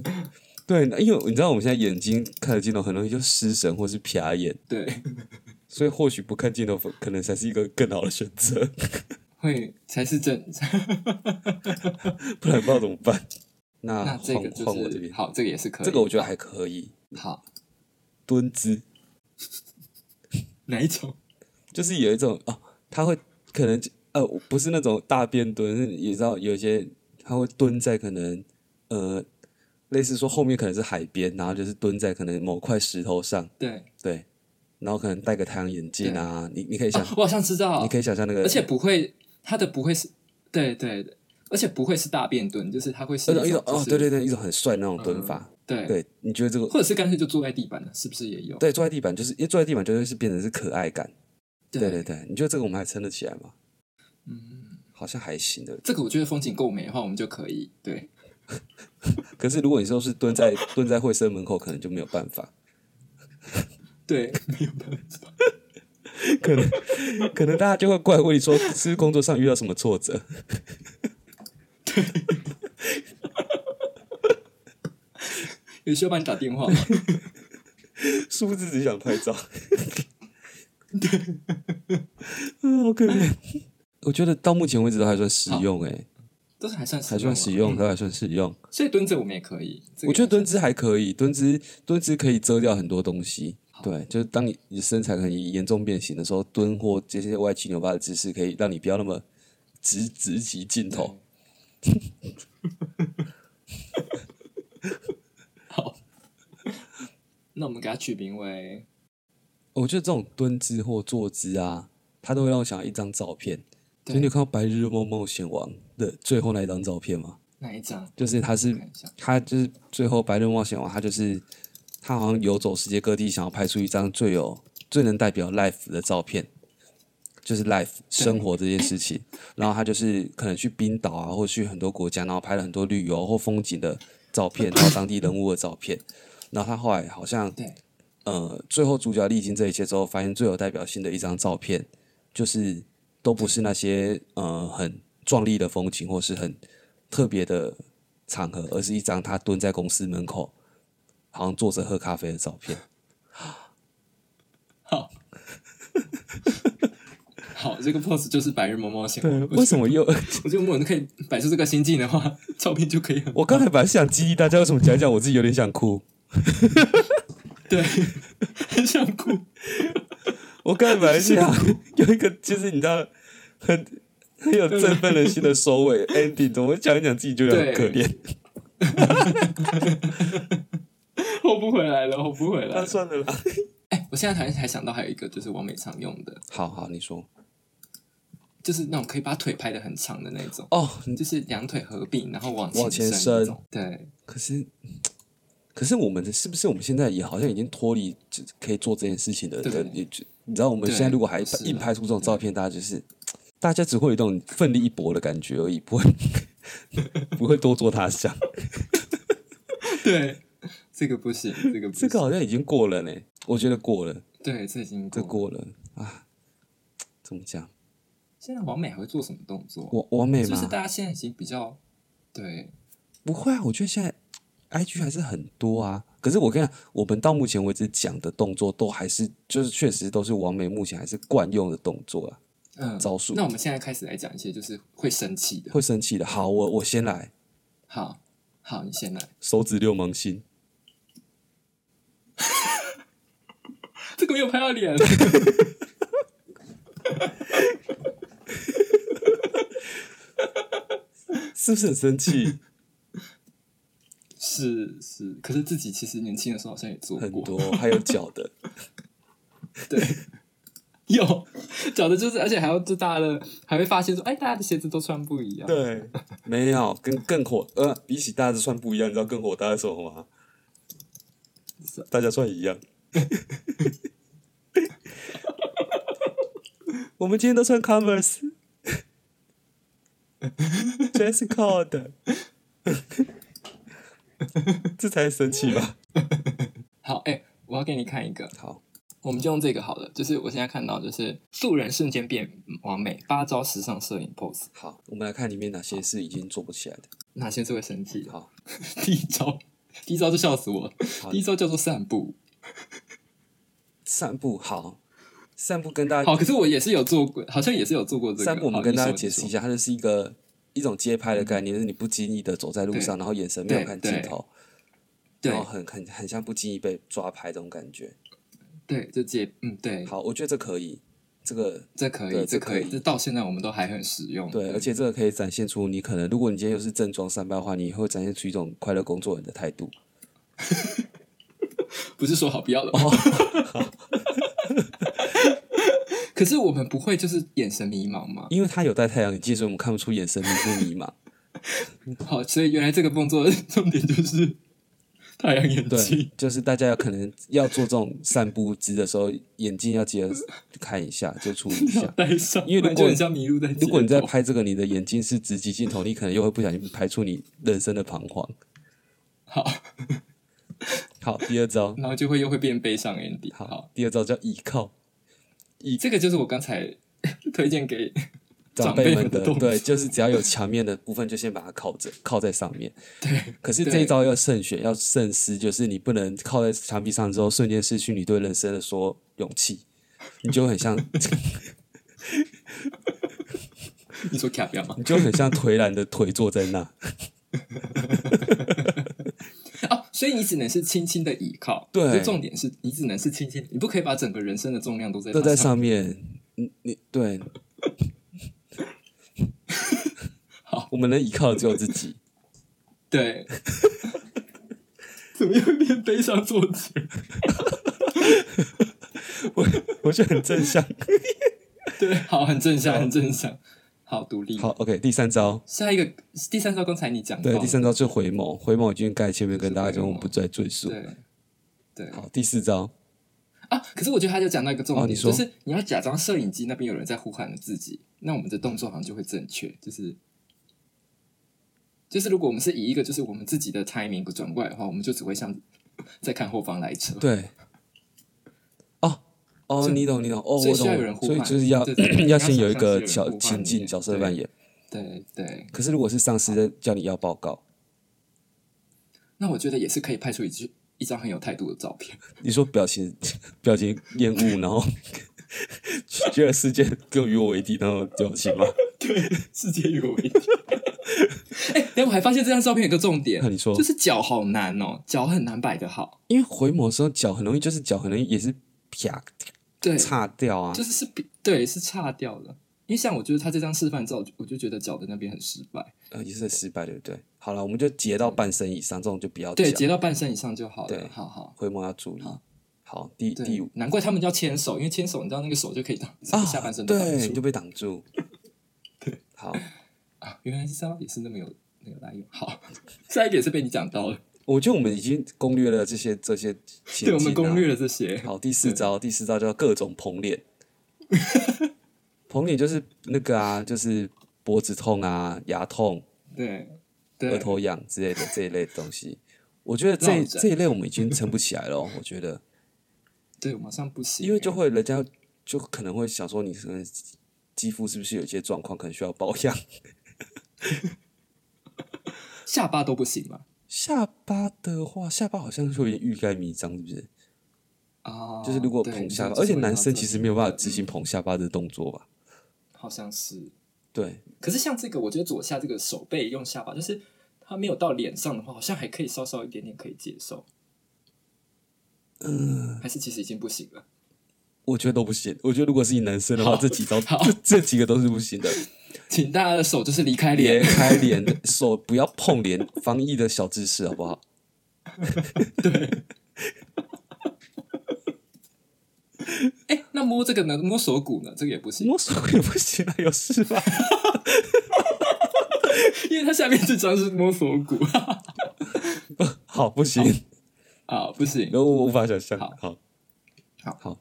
Speaker 1: 对，因为你知道我们现在眼睛看着镜头，很容易就失神或是瞟眼，
Speaker 2: 对，
Speaker 1: 所以或许不看镜头，可能才是一个更好的选择，
Speaker 2: 会才是正。
Speaker 1: 不然不知道怎么办。 那
Speaker 2: 那
Speaker 1: 啊换
Speaker 2: 这个就
Speaker 1: 换我这
Speaker 2: 是
Speaker 1: 边，
Speaker 2: 好，这个也是可以。
Speaker 1: 这个我觉得还可以，
Speaker 2: 好，
Speaker 1: 蹲姿
Speaker 2: 哪一种？
Speaker 1: 就是有一种哦，他会可能呃不是那种大便蹲，是你知道有一些他会蹲在可能呃类似说后面可能是海边，然后就是蹲在可能某块石头上，
Speaker 2: 对，
Speaker 1: 对，然后可能戴个太阳眼镜啊，你你可以想
Speaker 2: 啊，我好像知道，
Speaker 1: 你可以想象那个，
Speaker 2: 而且不会，它的不会是，对对对，而且不会是大便蹲，就是它会是
Speaker 1: 一种一种
Speaker 2: 就
Speaker 1: 哦，
Speaker 2: 是嗯
Speaker 1: 对对对，一种很帅的那种蹲法。
Speaker 2: 对
Speaker 1: 对，你觉得这个
Speaker 2: 或者是干脆就坐在地板了，是不是也有？
Speaker 1: 对坐在地板，就是因为坐在地板就会是变成是可爱感。对
Speaker 2: 对
Speaker 1: 对对，你觉得这个我们还撑得起来吗？
Speaker 2: 嗯，
Speaker 1: 好像还行的。
Speaker 2: 这个我觉得风景够美的话，我们就可以对
Speaker 1: 可是如果你说是蹲在 蹲在会生门口，可能就没有办法，
Speaker 2: 对，没有办法，
Speaker 1: 可能可能大家就会怪问你说是不是工作上遇到什么挫折。
Speaker 2: 有需要帮你打电话吗？
Speaker 1: 殊不知只想拍 照。嗯， 好可怜。我觉得到目前为止都还算实用、欸，哎，
Speaker 2: 都是还算
Speaker 1: 还算实
Speaker 2: 用
Speaker 1: 用，
Speaker 2: 啊，
Speaker 1: 都还算实用。
Speaker 2: 嗯所以蹲着我们也可以。这个
Speaker 1: 我觉得蹲
Speaker 2: 也
Speaker 1: 姿还可以，蹲姿蹲姿可以遮掉很多东西。对，就是当你你身材可能严重变形的时候，蹲或这些歪七扭八的姿势，可以让你不要那么直直击镜
Speaker 2: 算
Speaker 1: 头。
Speaker 2: 对 好，那我们给它取名为
Speaker 1: 我觉得这种蹲姿或坐姿啊，它都会让我想到一张照片。
Speaker 2: 对
Speaker 1: 所以你有看到《白日梦冒险王》的最后那一张照片吗？
Speaker 2: 哪一张？
Speaker 1: 就是他是
Speaker 2: 看一下
Speaker 1: 他就是最后《白日梦冒险王》，他就是他好像游走世界各地，想要拍出一张最有最能代表 life 的照片，就是 life 生活这件事情。然后他就是可能去冰岛啊，或去很多国家，然后拍了很多旅游或风景的照片，然后当地人物的照片。然后他后来好像
Speaker 2: 对，
Speaker 1: 呃，最后主角历经这一切之后，发现最有代表性的一张照片，就是都不是那些呃很壮丽的风景或是很特别的场合，而是一张他蹲在公司门口，好像坐着喝咖啡的照片。
Speaker 2: 好，好，这个 pose 就是白日梦冒险。我
Speaker 1: 为什么 又？
Speaker 2: 我觉得我们可以摆出这个心境的话，照片就可以很
Speaker 1: 我刚才本来是想激励大家，为什么讲一讲我自己有点想哭？
Speaker 2: 对，很想哭。
Speaker 1: 我刚才本来 是想啊有一个，就是你知道，很 很有振奋人心的收尾 ending，怎么讲一讲自己觉得很可怜？
Speaker 2: 吼不回来了，吼不回来
Speaker 1: 那
Speaker 2: 了。
Speaker 1: 算了啦。
Speaker 2: 哎、我现在还还想到还有一个，就是王美常用的，
Speaker 1: 好好，你说
Speaker 2: 就是那种可以把腿拍的很长的那种，
Speaker 1: 哦，
Speaker 2: 就是两腿合并，然后往
Speaker 1: 往前
Speaker 2: 伸那
Speaker 1: 伸
Speaker 2: 种。对，
Speaker 1: 可是可是我们的是不是我们现在也好像已经脱离就可以做这件事情的
Speaker 2: 对
Speaker 1: 人？也就你知道，我们
Speaker 2: 对
Speaker 1: 现在如果还
Speaker 2: 是啊
Speaker 1: 硬拍出这种照片，大家就是大家只会有一种奋力一搏的感觉而已，不会 不会多做他想。
Speaker 2: 对，这个不行，这个不
Speaker 1: 这
Speaker 2: 行，
Speaker 1: 个好像已经过了呢，我觉得过了，
Speaker 2: 对，这已经
Speaker 1: 这
Speaker 2: 过了。
Speaker 1: 过了啊。怎么讲？
Speaker 2: 现在王美还会做什么动作？
Speaker 1: 完完美
Speaker 2: 是不
Speaker 1: 吗？
Speaker 2: 是大家现在已经比较对
Speaker 1: 不会啊，我觉得现在 IG 还是很多啊。可是我跟你讲，我们到目前为止讲的动作都还是，就是确实都是王美目前还是惯用的动作啊，
Speaker 2: 嗯
Speaker 1: 招数
Speaker 2: 那我们现在开始来讲一些就是会生气的。
Speaker 1: 会生气的。好，我我先来，
Speaker 2: 好，好，你先来。
Speaker 1: 手指六芒星，
Speaker 2: 这个没有拍到脸，
Speaker 1: 是不是很生气？
Speaker 2: 是是，可是自己其实年轻的时候好像也做
Speaker 1: 很
Speaker 2: 过，
Speaker 1: 多，还有脚的，
Speaker 2: 对，有讲的就是，而且还要就大家的还会发现说，哎，大家的鞋子都穿不一样，
Speaker 1: 对，没有，跟更火，呃，比起大家算不一样，你知道更火大的是什么吗
Speaker 2: 是？
Speaker 1: 大家算一样。我们今天都穿 Converse。Dress code，这才生气吧？
Speaker 2: 好，哎、我要给你看一个，
Speaker 1: 好，
Speaker 2: 我们就用这个好了。就是我现在看到，就是素人瞬间变完美，八招时尚摄影 pose，
Speaker 1: 好，我们来看里面哪些是已经做不起来的。
Speaker 2: 哪些是会生气的？
Speaker 1: 好，
Speaker 2: 第一招，第一招就笑死我了。
Speaker 1: 好
Speaker 2: 第一招叫做散步，
Speaker 1: 散步，好，散步跟大家
Speaker 2: 好，可是我也是有做过，好像也是有做过这个。
Speaker 1: 散步，我们
Speaker 2: 好
Speaker 1: 跟
Speaker 2: 你
Speaker 1: 大家
Speaker 2: 说
Speaker 1: 解释
Speaker 2: 你
Speaker 1: 一
Speaker 2: 说
Speaker 1: 下，它就是一个一种街拍的概念，就是你不经意的走在路上，然后眼神没有看镜头，然后
Speaker 2: 对
Speaker 1: 很很很像不经意被抓拍这种感觉。
Speaker 2: 对，就接嗯对，
Speaker 1: 好，我觉得这可以，这个
Speaker 2: 这可以，
Speaker 1: 对
Speaker 2: 这
Speaker 1: 这
Speaker 2: 可以，
Speaker 1: 可以
Speaker 2: 这到现在我们都还很实用。
Speaker 1: 对，而且这个可以展现出你可能，如果你今天又是正装上班的话，你会展现出一种快乐工作人的态度。
Speaker 2: 不是说好不要的
Speaker 1: 哦
Speaker 2: 吗？ 可是我们不会就是眼神迷茫吗？
Speaker 1: 因为他有戴太阳眼镜，所以我们看不出眼神迷不 迷茫。嗯
Speaker 2: 好，所以原来这个动作的重点就是太阳眼
Speaker 1: 对
Speaker 2: 镜。，
Speaker 1: 就是大家有可能要做这种散步姿的时候，眼镜要记得看一下，就注意一 下。
Speaker 2: 戴上，
Speaker 1: 因为如果
Speaker 2: 不然就很像迷路在街头
Speaker 1: 如果你在拍这个，你的眼睛是直击镜头，你可能又会不小心拍出你人生的彷徨。
Speaker 2: 好，
Speaker 1: 好，第二 招，
Speaker 2: 然后就会又会变悲伤 Andy。
Speaker 1: 好，，第二招叫倚靠
Speaker 2: 这个就是我刚才 推荐 给
Speaker 1: 长
Speaker 2: 辈
Speaker 1: 辈
Speaker 2: 们
Speaker 1: 们
Speaker 2: 的
Speaker 1: 的，
Speaker 2: 动作
Speaker 1: 对，就是只要有墙面的部分，就先把它靠着，靠在上面。
Speaker 2: 对
Speaker 1: 可是
Speaker 2: 对
Speaker 1: 这一招要慎选，要慎思，就是你不能靠在墙壁上之后，瞬间失去你对人生的所有勇气，你就很像，
Speaker 2: 你说卡标吗
Speaker 1: 你？就很像颓然的颓坐在那。
Speaker 2: 哦，所以你只能是轻轻的倚靠。
Speaker 1: 对
Speaker 2: 就重点是你只能是轻轻地，你不可以把整个人生的重量都在
Speaker 1: 都在
Speaker 2: 它上。
Speaker 1: 上面。你你对，
Speaker 2: 好，
Speaker 1: 我们能依靠的只有自 己。
Speaker 2: 对， 怎么又变悲伤作者？
Speaker 1: 我我觉得很正向。
Speaker 2: 对，好，很正向，很正向，好独立。
Speaker 1: 好，OK，第三招，
Speaker 2: 下一个第三招，刚才你讲到
Speaker 1: 对，第三招是回眸，回眸已经盖前面跟大家
Speaker 2: 是回
Speaker 1: 讲，
Speaker 2: 眸
Speaker 1: 我们不再赘述。
Speaker 2: 对对
Speaker 1: 好，第四招，
Speaker 2: 啊，可是我觉得他就讲到一个重点，
Speaker 1: 哦你
Speaker 2: 就
Speaker 1: 说
Speaker 2: 是你要假装摄影机那边有人在呼喊着自己，那我们的动作好像就会正确，就是。就是如果我们是以一个就是我们自己的 timing 转过来的话，我们就只会像在看后方来车。
Speaker 1: 对。哦哦
Speaker 2: 所，以
Speaker 1: 你懂你懂哦，
Speaker 2: 所以
Speaker 1: 我
Speaker 2: 需要有人
Speaker 1: 懂，
Speaker 2: 呼
Speaker 1: 所以
Speaker 2: 唤
Speaker 1: 就是要
Speaker 2: 对对 对
Speaker 1: 要先有一
Speaker 2: 你要想象是有
Speaker 1: 个
Speaker 2: 人
Speaker 1: 角
Speaker 2: 呼唤
Speaker 1: 情
Speaker 2: 你
Speaker 1: 境角色
Speaker 2: 对
Speaker 1: 扮演。
Speaker 2: 对对，
Speaker 1: 可是如果是上司在叫你要报告，
Speaker 2: 那我觉得也是可以拍出一句一张很有态度的照片。
Speaker 1: 你说表情 表情厌恶，然后 觉得世界更与我为敌那种表情吗？
Speaker 2: 对，世界与我为敌。哎、等一下我还发现这张照片有个重点
Speaker 1: 啊那，你说，
Speaker 2: 就是脚好难哦，脚很难摆的好。
Speaker 1: 因为回眸的时候脚很容易，就是脚很容易也是啪
Speaker 2: 对，
Speaker 1: 岔掉啊
Speaker 2: 就。是是比对是差掉了。因为像我觉得他这张示范照，我就觉得脚的那边很失败。
Speaker 1: 呃，也是很失败，对不对？好了，我们就截到半身以上，这种就不要
Speaker 2: 对，
Speaker 1: 讲
Speaker 2: 截到半身以上就好
Speaker 1: 对
Speaker 2: 了。好好，
Speaker 1: 回眸要注意
Speaker 2: 好。
Speaker 1: 好，第
Speaker 2: 对
Speaker 1: 第五
Speaker 2: 难怪他们叫牵手，因为牵手你知道那个手就可以挡
Speaker 1: 啊，
Speaker 2: 下半身都挡
Speaker 1: 对，
Speaker 2: 住
Speaker 1: 就被挡住。 好，
Speaker 2: 啊。原来是这样，也是那么有那个来由。好， 下一点是被你讲到了，
Speaker 1: 我觉得我们已经攻略了这些这些
Speaker 2: 对
Speaker 1: 前
Speaker 2: 我
Speaker 1: 进
Speaker 2: 们
Speaker 1: 啊。
Speaker 2: 攻略了这些。
Speaker 1: 好，第四招，第四招叫各种捧脸。捧脸就是那个啊，就是脖子痛啊、牙痛、
Speaker 2: 对
Speaker 1: 额
Speaker 2: 对，
Speaker 1: 头痒之类的这一类的东西。我觉得这
Speaker 2: 落枕
Speaker 1: 这一类我们已经撑不起来了哦、我觉 得，
Speaker 2: 对，我马上不行，
Speaker 1: 因为就会人家就可能会想说你可能肌肤是不是有一些状况，可能需要保养。
Speaker 2: 下巴都不行嘛。
Speaker 1: 下巴的话，下巴好像就有点欲盖弥彰，是不是？
Speaker 2: 啊，
Speaker 1: 就是如果
Speaker 2: 对
Speaker 1: 捧
Speaker 2: 你
Speaker 1: 下
Speaker 2: 这
Speaker 1: 巴，
Speaker 2: 个
Speaker 1: 而且
Speaker 2: 是会
Speaker 1: 男
Speaker 2: 到
Speaker 1: 生
Speaker 2: 这
Speaker 1: 其实
Speaker 2: 里
Speaker 1: 没有办法
Speaker 2: 的
Speaker 1: 执行
Speaker 2: 嗯
Speaker 1: 捧下巴的动作吧？
Speaker 2: 好像是
Speaker 1: 对，
Speaker 2: 可是像这个，我觉得左下这个手背用下巴，就是它没有到脸上的话，好像还可以稍稍一点点可以接受。嗯，还是其实已经不行了。
Speaker 1: 我觉得都不行。我觉得如果是你男生的话，
Speaker 2: 好
Speaker 1: 这几招
Speaker 2: 好
Speaker 1: 这这几个都是不行 的。
Speaker 2: 请大家的手就是离开
Speaker 1: 别
Speaker 2: 脸，
Speaker 1: 开脸，手不要碰脸，防疫的小知识好不好？
Speaker 2: 哎、那摸这个呢？摸手骨呢？这个也不 行，
Speaker 1: 摸手也不行啊，有事吧？
Speaker 2: 因为它下面这张是摸手骨
Speaker 1: 好，不行，
Speaker 2: 啊，不行。
Speaker 1: 我我无法想象。
Speaker 2: 好
Speaker 1: 好，
Speaker 2: 好
Speaker 1: 好，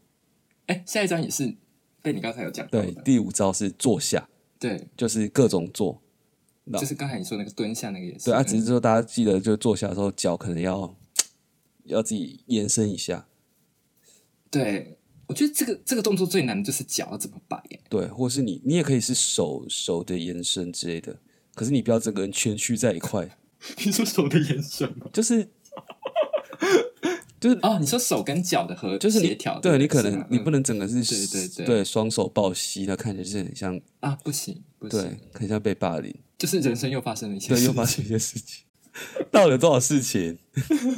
Speaker 2: 哎、下一张也是被你刚才有讲到
Speaker 1: 对，
Speaker 2: 的，
Speaker 1: 第五招是坐下，
Speaker 2: 对，
Speaker 1: 就是各种坐。那
Speaker 2: 就是刚才你说那个蹲下那个也是。
Speaker 1: 对啊，只是说大家记得，就坐下的时候脚可能要要自己延伸一下，
Speaker 2: 对，我觉得这个这个动作最难的就是脚要怎么摆、 哎
Speaker 1: 对，或是你你也可以是手手的延伸之类的，可是你不要整个人蜷曲在一块，
Speaker 2: 你说手的延伸吗？
Speaker 1: 就是 就是
Speaker 2: 哦，你说手跟脚的合
Speaker 1: 就是
Speaker 2: 协
Speaker 1: 你
Speaker 2: 调，
Speaker 1: 对
Speaker 2: 不
Speaker 1: 你可
Speaker 2: 是
Speaker 1: 能
Speaker 2: 吗
Speaker 1: 你
Speaker 2: 嗯
Speaker 1: 不能整个是
Speaker 2: 对对对
Speaker 1: 双手抱膝，那看起来就是很像
Speaker 2: 啊，不行不
Speaker 1: 对
Speaker 2: 行，，
Speaker 1: 很像被霸凌，
Speaker 2: 就是人生又发生了一些
Speaker 1: 对，
Speaker 2: 事
Speaker 1: 又发
Speaker 2: 情。
Speaker 1: 生一些事情， 到底有多少事情？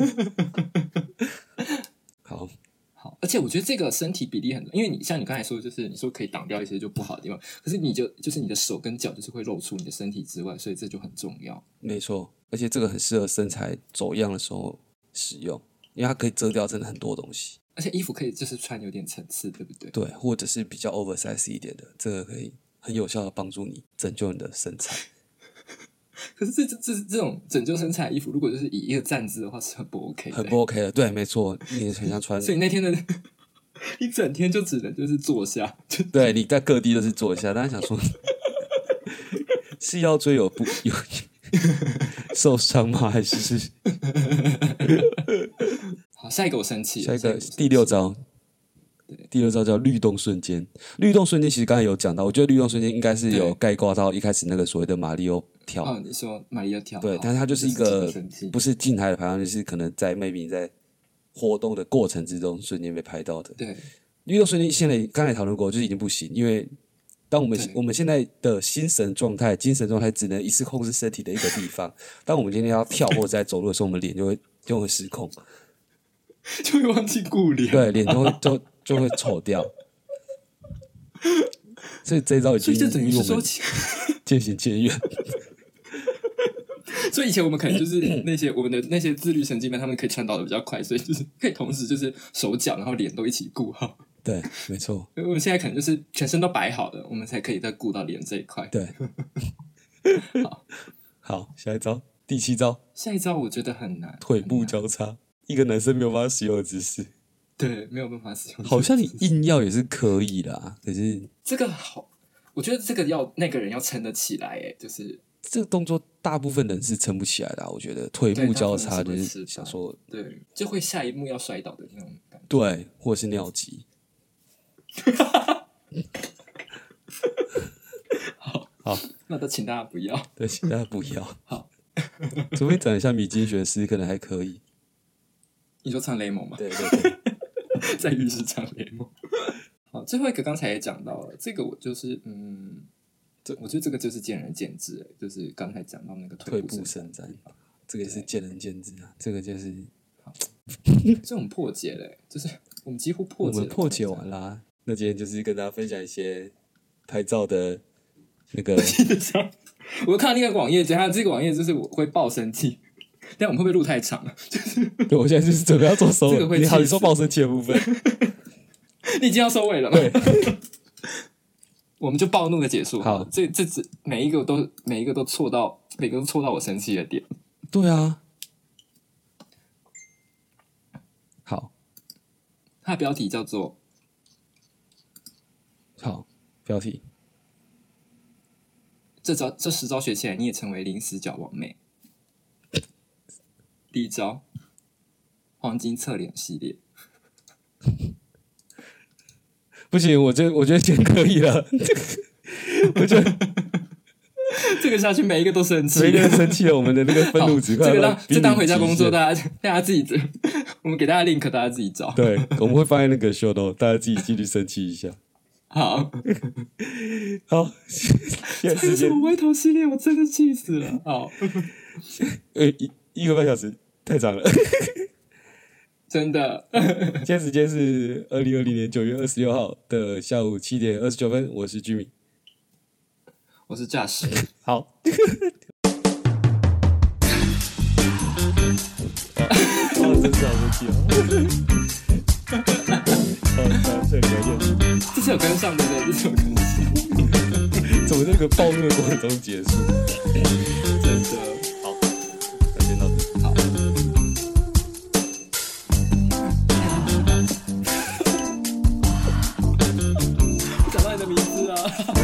Speaker 1: 好，
Speaker 2: 好，而且我觉得这个身体比例很，因为你像你刚才说，就是你说可以挡掉一些就不好的地方，可是你就就是你的手跟脚就是会露出你的身体之外，所以这就很重要。
Speaker 1: 没错，而且这个很适合身材走样的时候使用，因为它可以遮掉真的很多东西，
Speaker 2: 而且衣服可以就是穿有点层次，对不对？
Speaker 1: 对，或者是比较 oversize 一点的，这个可以很有效的帮助你拯救你的身材。
Speaker 2: 可是这这这这种拯救身材的衣服，如果就是以一个站姿的话，是很不 OK 的。欸
Speaker 1: 很不 OK 的，对，没错，你很像穿，
Speaker 2: 所以那天的 一整天就只能就是坐下，就
Speaker 1: 对，你在各地都是坐一下，但是想说，是腰椎有不有受伤吗？还是
Speaker 2: 好。下一个我生气了，
Speaker 1: 下一
Speaker 2: 下一
Speaker 1: 个
Speaker 2: 个我生气
Speaker 1: 第六招
Speaker 2: 对？
Speaker 1: 第六招叫律动瞬间。律动瞬间其实刚才有讲到，我觉得律动瞬间应该是有
Speaker 2: 对
Speaker 1: 概括到一开始那个所谓的马里奥跳，
Speaker 2: 哦，你说玛丽要跳，
Speaker 1: 对，
Speaker 2: 好
Speaker 1: 但是它就是一
Speaker 2: 哦这真
Speaker 1: 个
Speaker 2: 的生气
Speaker 1: 不是静态的排放，就是可能在 maybe 你在活动的过程之中瞬间被拍到的。
Speaker 2: 对
Speaker 1: 律动瞬间现在刚才讨论过，就是已经不行，因为当我们
Speaker 2: 对
Speaker 1: 我们现在的心神状态、精神状态只能一次控制身体的一个地方。当我们今天要跳或者在走路的时候，我们脸就会就会失 控，
Speaker 2: 就会忘记顾脸。
Speaker 1: 对，脸就会就就会丑掉。所以这一招已
Speaker 2: 所
Speaker 1: 经
Speaker 2: 以就等于
Speaker 1: 嗯与我
Speaker 2: 是说
Speaker 1: 们，渐行渐 远。
Speaker 2: 所以以前我们可能就是那些我们的那些自律神经们，他们可以传导的比较快，所以就是可以同时就是手脚然后脸都一起顾好。
Speaker 1: 对，没错，
Speaker 2: 因为我们现在可能就是全身都摆好了，我们才可以再顾到脸这一块。
Speaker 1: 对。好，下一招，第七招，
Speaker 2: 下一招我觉得很难，
Speaker 1: 腿部
Speaker 2: 很难
Speaker 1: 交叉，一个男生没有办法使用的姿势，
Speaker 2: 对没有办法使用。
Speaker 1: 好 像你硬要也是可以啦，可是
Speaker 2: 这个好，我觉得这个要那个人要撑得起来，哎，就是
Speaker 1: 这个动作大部分人是撑不起来的啊、我觉得腿部交叉就是啊想说
Speaker 2: 对，就会下一幕要摔倒的那种感觉。
Speaker 1: 对，或是尿急。好，
Speaker 2: 那都请大家不要。
Speaker 1: 对，请大家不 要。
Speaker 2: 好，
Speaker 1: 除非讲一下米津玄师，可能还可以。
Speaker 2: 你说唱雷蒙 吗？
Speaker 1: 对对对，
Speaker 2: 在浴室唱联盟。好，最后一个刚才也讲到了，这个我就是嗯，这我觉得这个就是见仁见智、欸就是刚才讲到那个
Speaker 1: 退
Speaker 2: 退
Speaker 1: 步
Speaker 2: 伸
Speaker 1: 伸展法，这个也是见仁见智啊。这个就是
Speaker 2: 展，这种破解嘞、欸就是我们几乎破
Speaker 1: 我
Speaker 2: 解了
Speaker 1: 们破解
Speaker 2: 这种
Speaker 1: 完啦。那今天就是跟大家分享一些拍照的那 个
Speaker 2: 我看到那个网页，等一下这个网页就是我会爆生气，但我们会不会录太长了？啊
Speaker 1: 对，我现在就是准备要做收
Speaker 2: 这个会
Speaker 1: 尾。你好，
Speaker 2: 气
Speaker 1: 你说
Speaker 2: 死
Speaker 1: 爆声器的部 分，
Speaker 2: 你已经要收尾了吗？
Speaker 1: 对，
Speaker 2: 我们就暴怒的结束。
Speaker 1: 好
Speaker 2: 这这只每一个都每一个都错到每个都错到我生气的点。
Speaker 1: 对啊。好，
Speaker 2: 它的标题叫做
Speaker 1: 好，标题
Speaker 2: “这招这十招学起来，你也成为零死角王妹”。第一招，黄金侧脸系列。
Speaker 1: 不行，我觉得我觉得先可以 了。
Speaker 2: 这个下去每一个都生气。
Speaker 1: 所以个人生气了，我们的那个愤
Speaker 2: 好
Speaker 1: 怒值快
Speaker 2: 这个
Speaker 1: 要
Speaker 2: 当
Speaker 1: 到
Speaker 2: 这当回家工作，
Speaker 1: 濒临极限
Speaker 2: 大家 大家自己，我们给大家 link，大家自己找。
Speaker 1: 对，我们会放在那个 show note，大家自己进去生气一下。
Speaker 2: 好，
Speaker 1: 好，现在
Speaker 2: 还有
Speaker 1: 时
Speaker 2: 什
Speaker 1: 间
Speaker 2: 么歪头系列，我真的气死了。好，
Speaker 1: 呃一一个半小时太长了。
Speaker 2: 真的，
Speaker 1: 现在时间是二零二零年九月二十六号的下午七点二十九分，我是 Jimmy。
Speaker 2: 我是驾驶。
Speaker 1: 好， 哦，真是好生气哦。 好，那这里再见。
Speaker 2: 这是有跟上的，对不对？这是有跟上，
Speaker 1: 怎么这个暴怒的过程中结 束？
Speaker 2: 真的。
Speaker 1: 好，那先到这。
Speaker 2: 好。 我找到你的名字了。啊